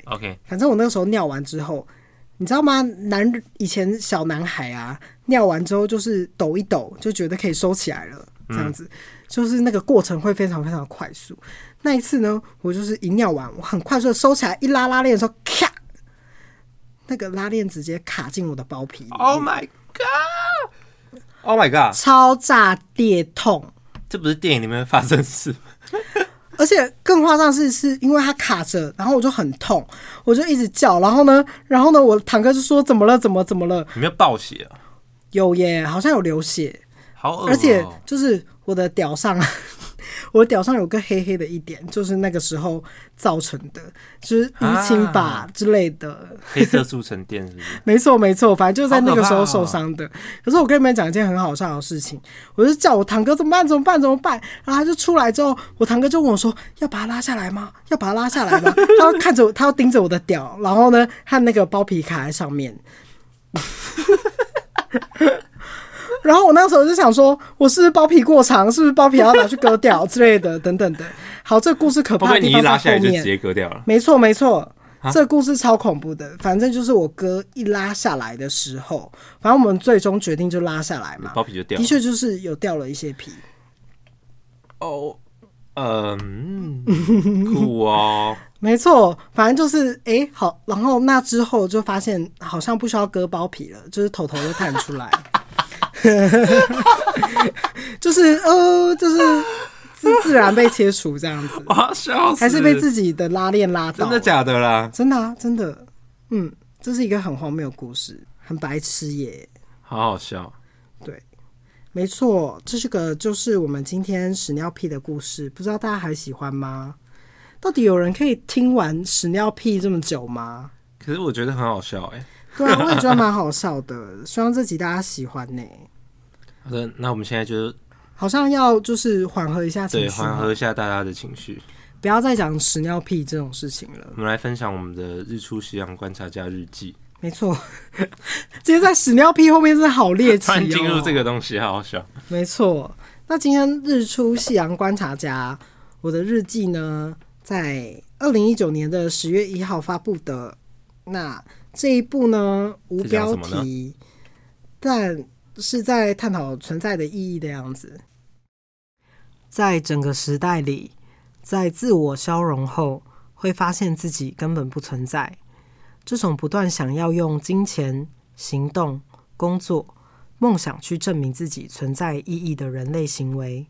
[SPEAKER 2] ？OK，
[SPEAKER 1] 反正我那个时候尿完之后，你知道吗？男以前小男孩啊，尿完之后就是抖一抖，就觉得可以收起来了，这样子，就是那个过程会非常非常的快速。那一次呢，我就是一尿完，我很快速的收起来，一拉拉链的时候，咔，那个拉链直接卡进我的包皮里面
[SPEAKER 2] Oh my god! Oh my god!
[SPEAKER 1] 超炸裂痛，
[SPEAKER 2] 这不是电影里面会发生的事吗，
[SPEAKER 1] 而且更夸张的是，是因为它卡着，然后我就很痛，我就一直叫，然后呢，然后呢，我堂哥就说怎么了，怎么怎么了，
[SPEAKER 2] 你没有暴血啊？
[SPEAKER 1] 有耶，好像有流血，
[SPEAKER 2] 好恶、哦
[SPEAKER 1] 而且就是我的屌上， 我的屌上有个黑黑的一点，就是那个时候造成的，就是淤青吧之类的，
[SPEAKER 2] 黑色素沉淀是 不是？
[SPEAKER 1] 没错，没错，反正就是在那个时候
[SPEAKER 2] 好可怕哦
[SPEAKER 1] 受伤的。可是我跟你们讲一件很好笑的事情，我就叫我堂哥怎么办？怎么办？怎么办？然后他就出来之后，我堂哥就问我说：“要把他拉下来吗？要把他拉下来 吗？”他要看着我，他要盯着我的屌，然后呢，他那个包皮卡在上面。然后我那时候就想说，我是不是包皮过长，是不是包皮要拿去割掉之类的，等等的。好，这个故事可
[SPEAKER 2] 会不
[SPEAKER 1] 怕的
[SPEAKER 2] 会
[SPEAKER 1] 地
[SPEAKER 2] 你一
[SPEAKER 1] 方
[SPEAKER 2] 拉
[SPEAKER 1] 在
[SPEAKER 2] 下来
[SPEAKER 1] 后
[SPEAKER 2] 就直
[SPEAKER 1] 面。
[SPEAKER 2] 接割掉了？
[SPEAKER 1] 没错，没错。
[SPEAKER 2] 啊
[SPEAKER 1] 这个故事超恐怖的，反正就是我哥一拉下来的时候，反正我们最终决定就拉下来嘛，
[SPEAKER 2] 包皮就掉
[SPEAKER 1] 的
[SPEAKER 2] 了。
[SPEAKER 1] 确就是有掉了一些皮。
[SPEAKER 2] 哦， 嗯，酷哦，
[SPEAKER 1] 没错，反正就是诶，好，然后那之后就发现好像不需要割包皮了，就是头头就探出来， 就是呃，就是自自然被切除这样子，
[SPEAKER 2] 我要笑死，
[SPEAKER 1] 还是被自己的拉链拉到，
[SPEAKER 2] 真的假的啦？
[SPEAKER 1] 真的啊，真的，嗯，这是一个很荒谬的故事，很白痴耶。
[SPEAKER 2] 好好笑，
[SPEAKER 1] 没错，这是个就是我们今天屎尿屁的故事，不知道大家还喜欢吗？到底有人可以听完屎尿屁这么久吗？
[SPEAKER 2] 可是我觉得很好笑哎、
[SPEAKER 1] 对啊，我也觉得蛮好笑的，希望这集大家喜欢呢、
[SPEAKER 2] 好的，那我们现在就是
[SPEAKER 1] 好像要就是缓和一下情
[SPEAKER 2] 对
[SPEAKER 1] 绪，
[SPEAKER 2] 缓和一下大家的情绪，
[SPEAKER 1] 不要再讲屎尿屁这种事情了
[SPEAKER 2] 我。们来分享我们的日出夕阳观察家日 记。
[SPEAKER 1] 没错， 今天在屎尿屁后面真的好猎奇
[SPEAKER 2] 突
[SPEAKER 1] 哦、
[SPEAKER 2] 然进入这个东西，好好笑。
[SPEAKER 1] 没错，那今天日出夕阳观察家，我的日记呢，在二零一九年的十月一号发布的。那这一部呢，无
[SPEAKER 2] 在讲
[SPEAKER 1] 标
[SPEAKER 2] 什么呢
[SPEAKER 1] 题，但是在探讨存在的意义的样子。在整个时代里，在自我消融后，会发现自己根本不存在。这种不断想要用金钱、行动、工作、梦想去证明自己存在意义的人类行为，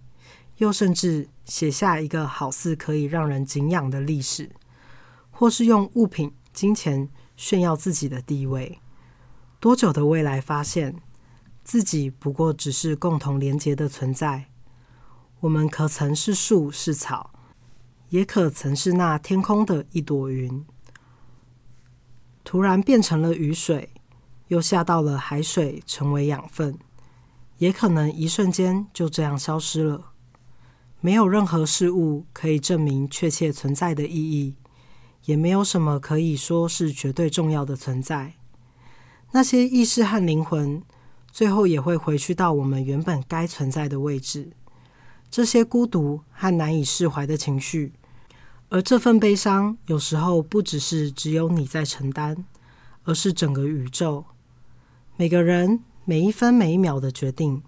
[SPEAKER 1] 又甚至写下一个好似可以让人敬仰的历史，或是用物品、金钱炫耀自己的地位。多久的未来发现，自己不过只是共同连结的存在。我们可曾是树是草，也可曾是那天空的一朵云，突然变成了雨水，又下到了海水，成为养分，也可能一瞬间就这样消失了。没有任何事物可以证明确切存在的意义，也没有什么可以说是绝对重要的存在。那些意识和灵魂，最后也会回去到我们原本该存在的位置。这些孤独和难以释怀的情绪，而这份悲伤有时候不只是只有你在承担，而是整个宇宙。每个人每一分每一秒的决定，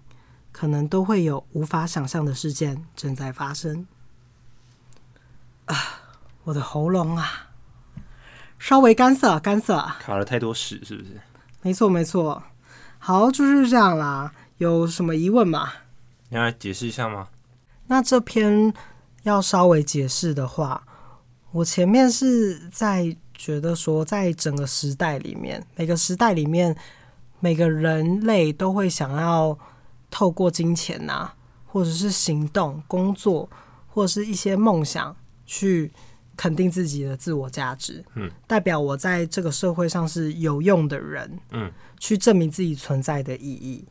[SPEAKER 1] 可能都会有无法想象的事件正在发生。啊，我的喉咙啊，稍微干涩，干涩啊。
[SPEAKER 2] 卡了太多屎是不是？
[SPEAKER 1] 没错，没错。好，就是这样啦。有什么疑问吗？
[SPEAKER 2] 你要来解释一下吗？
[SPEAKER 1] 那这篇要稍微解释的话，我前面是在觉得说，在整个时代里面，每个时代里面，每个人类都会想要透过金钱呐、或者是行动、工作，或者是一些梦想，去肯定自己的自我价值，
[SPEAKER 2] 嗯，
[SPEAKER 1] 代表我在这个社会上是有用的人，
[SPEAKER 2] 嗯，
[SPEAKER 1] 去证明自己存在的意义。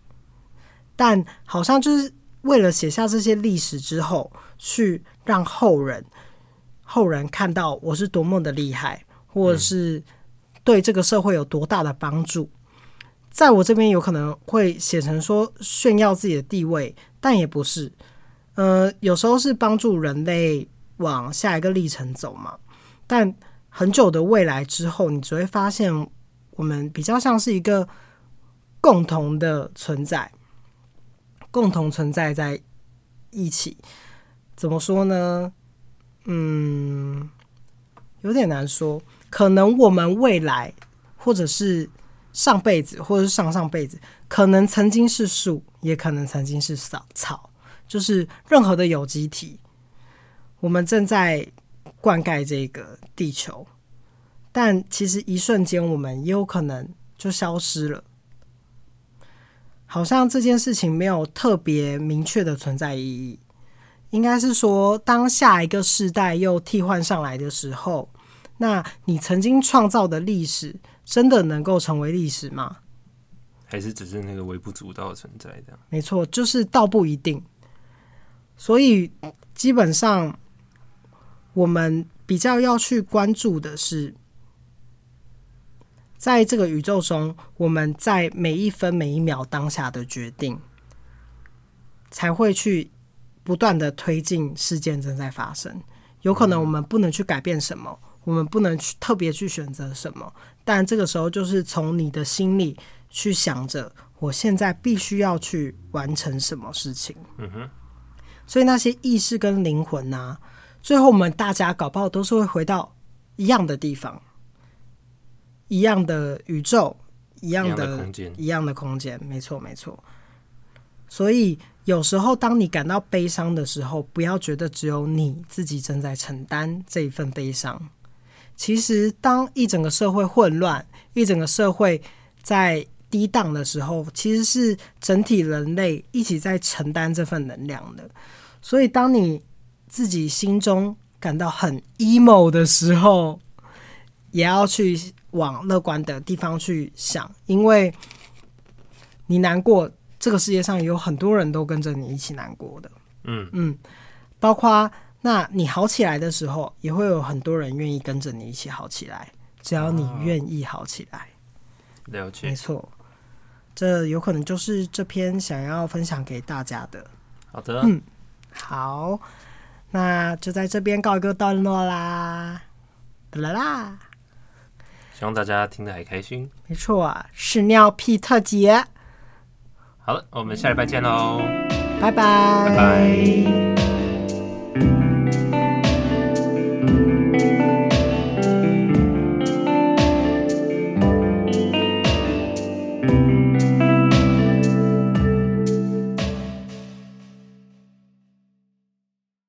[SPEAKER 1] 但好像就是为了写下这些历史之后，去让后人后人看到我是多么的厉害，或者是对这个社会有多大的帮助。在我这边有可能会写成说炫耀自己的地位，但也不是。呃，有时候是帮助人类往下一个历程走嘛。但很久的未来之后，你只会发现，我们比较像是一个共同的存在，共同存在在一起。怎么说呢？嗯，有点难说。可能我们未来，或者是上辈子，或者是上上辈子，可能曾经是树，也可能曾经是草草，就是任何的有机体，我们正在灌溉这个地球，但其实一瞬间，我们也有可能就消失了。好像这件事情没有特别明确的存在意义，应该是说，当下一个世代又替换上来的时候，那你曾经创造的历史，真的能够成为历史吗？
[SPEAKER 2] 还是只是那个微不足道的存在这样？
[SPEAKER 1] 没错，就是道不一定。所以基本上，我们比较要去关注的是，在这个宇宙中，我们在每一分每一秒当下的决定，才会去
[SPEAKER 2] 嗯
[SPEAKER 1] 不断的推进事件正在发生。有可能我们不能去改变什么，我们不能去特别去选择什么，但这个时候就是从你的心里去想着，我现在必须要去完成什么事情。
[SPEAKER 2] 嗯哼，
[SPEAKER 1] 所以那些意识跟灵魂呐、最后我们大家搞不好都是会回到一样的地方，一样的宇宙，一样
[SPEAKER 2] 一样的
[SPEAKER 1] 的
[SPEAKER 2] 空间，
[SPEAKER 1] 一样的空间，没错没错。所以有时候当你感到悲伤的时候，不要觉得只有你自己正在承担这一份悲伤。其实，当一整个社会混乱，一整个社会在低档的时候，其实是整体人类一起在承担这份能量的。所以，当你自己心中感到很 emo 的时候，也要去往乐观的地方去想，因为你难过，这个世界上有很多人都跟着你一起难过的，
[SPEAKER 2] 嗯
[SPEAKER 1] 嗯，包括那你好起来的时候，也会有很多人愿意跟着你一起好起来，只要你愿意好起
[SPEAKER 2] 啊
[SPEAKER 1] 来，
[SPEAKER 2] 了
[SPEAKER 1] 没
[SPEAKER 2] 解。
[SPEAKER 1] 错，这有可能就是这篇想要分享给大家的。
[SPEAKER 2] 好的，
[SPEAKER 1] 嗯好，那就在这边告一个段落啦，啦啦啦。
[SPEAKER 2] 希望大家听得还开心。
[SPEAKER 1] 没错，啊屎尿屁特辑，
[SPEAKER 2] 好了，我们下礼拜见喽。
[SPEAKER 1] 拜拜，
[SPEAKER 2] 拜拜。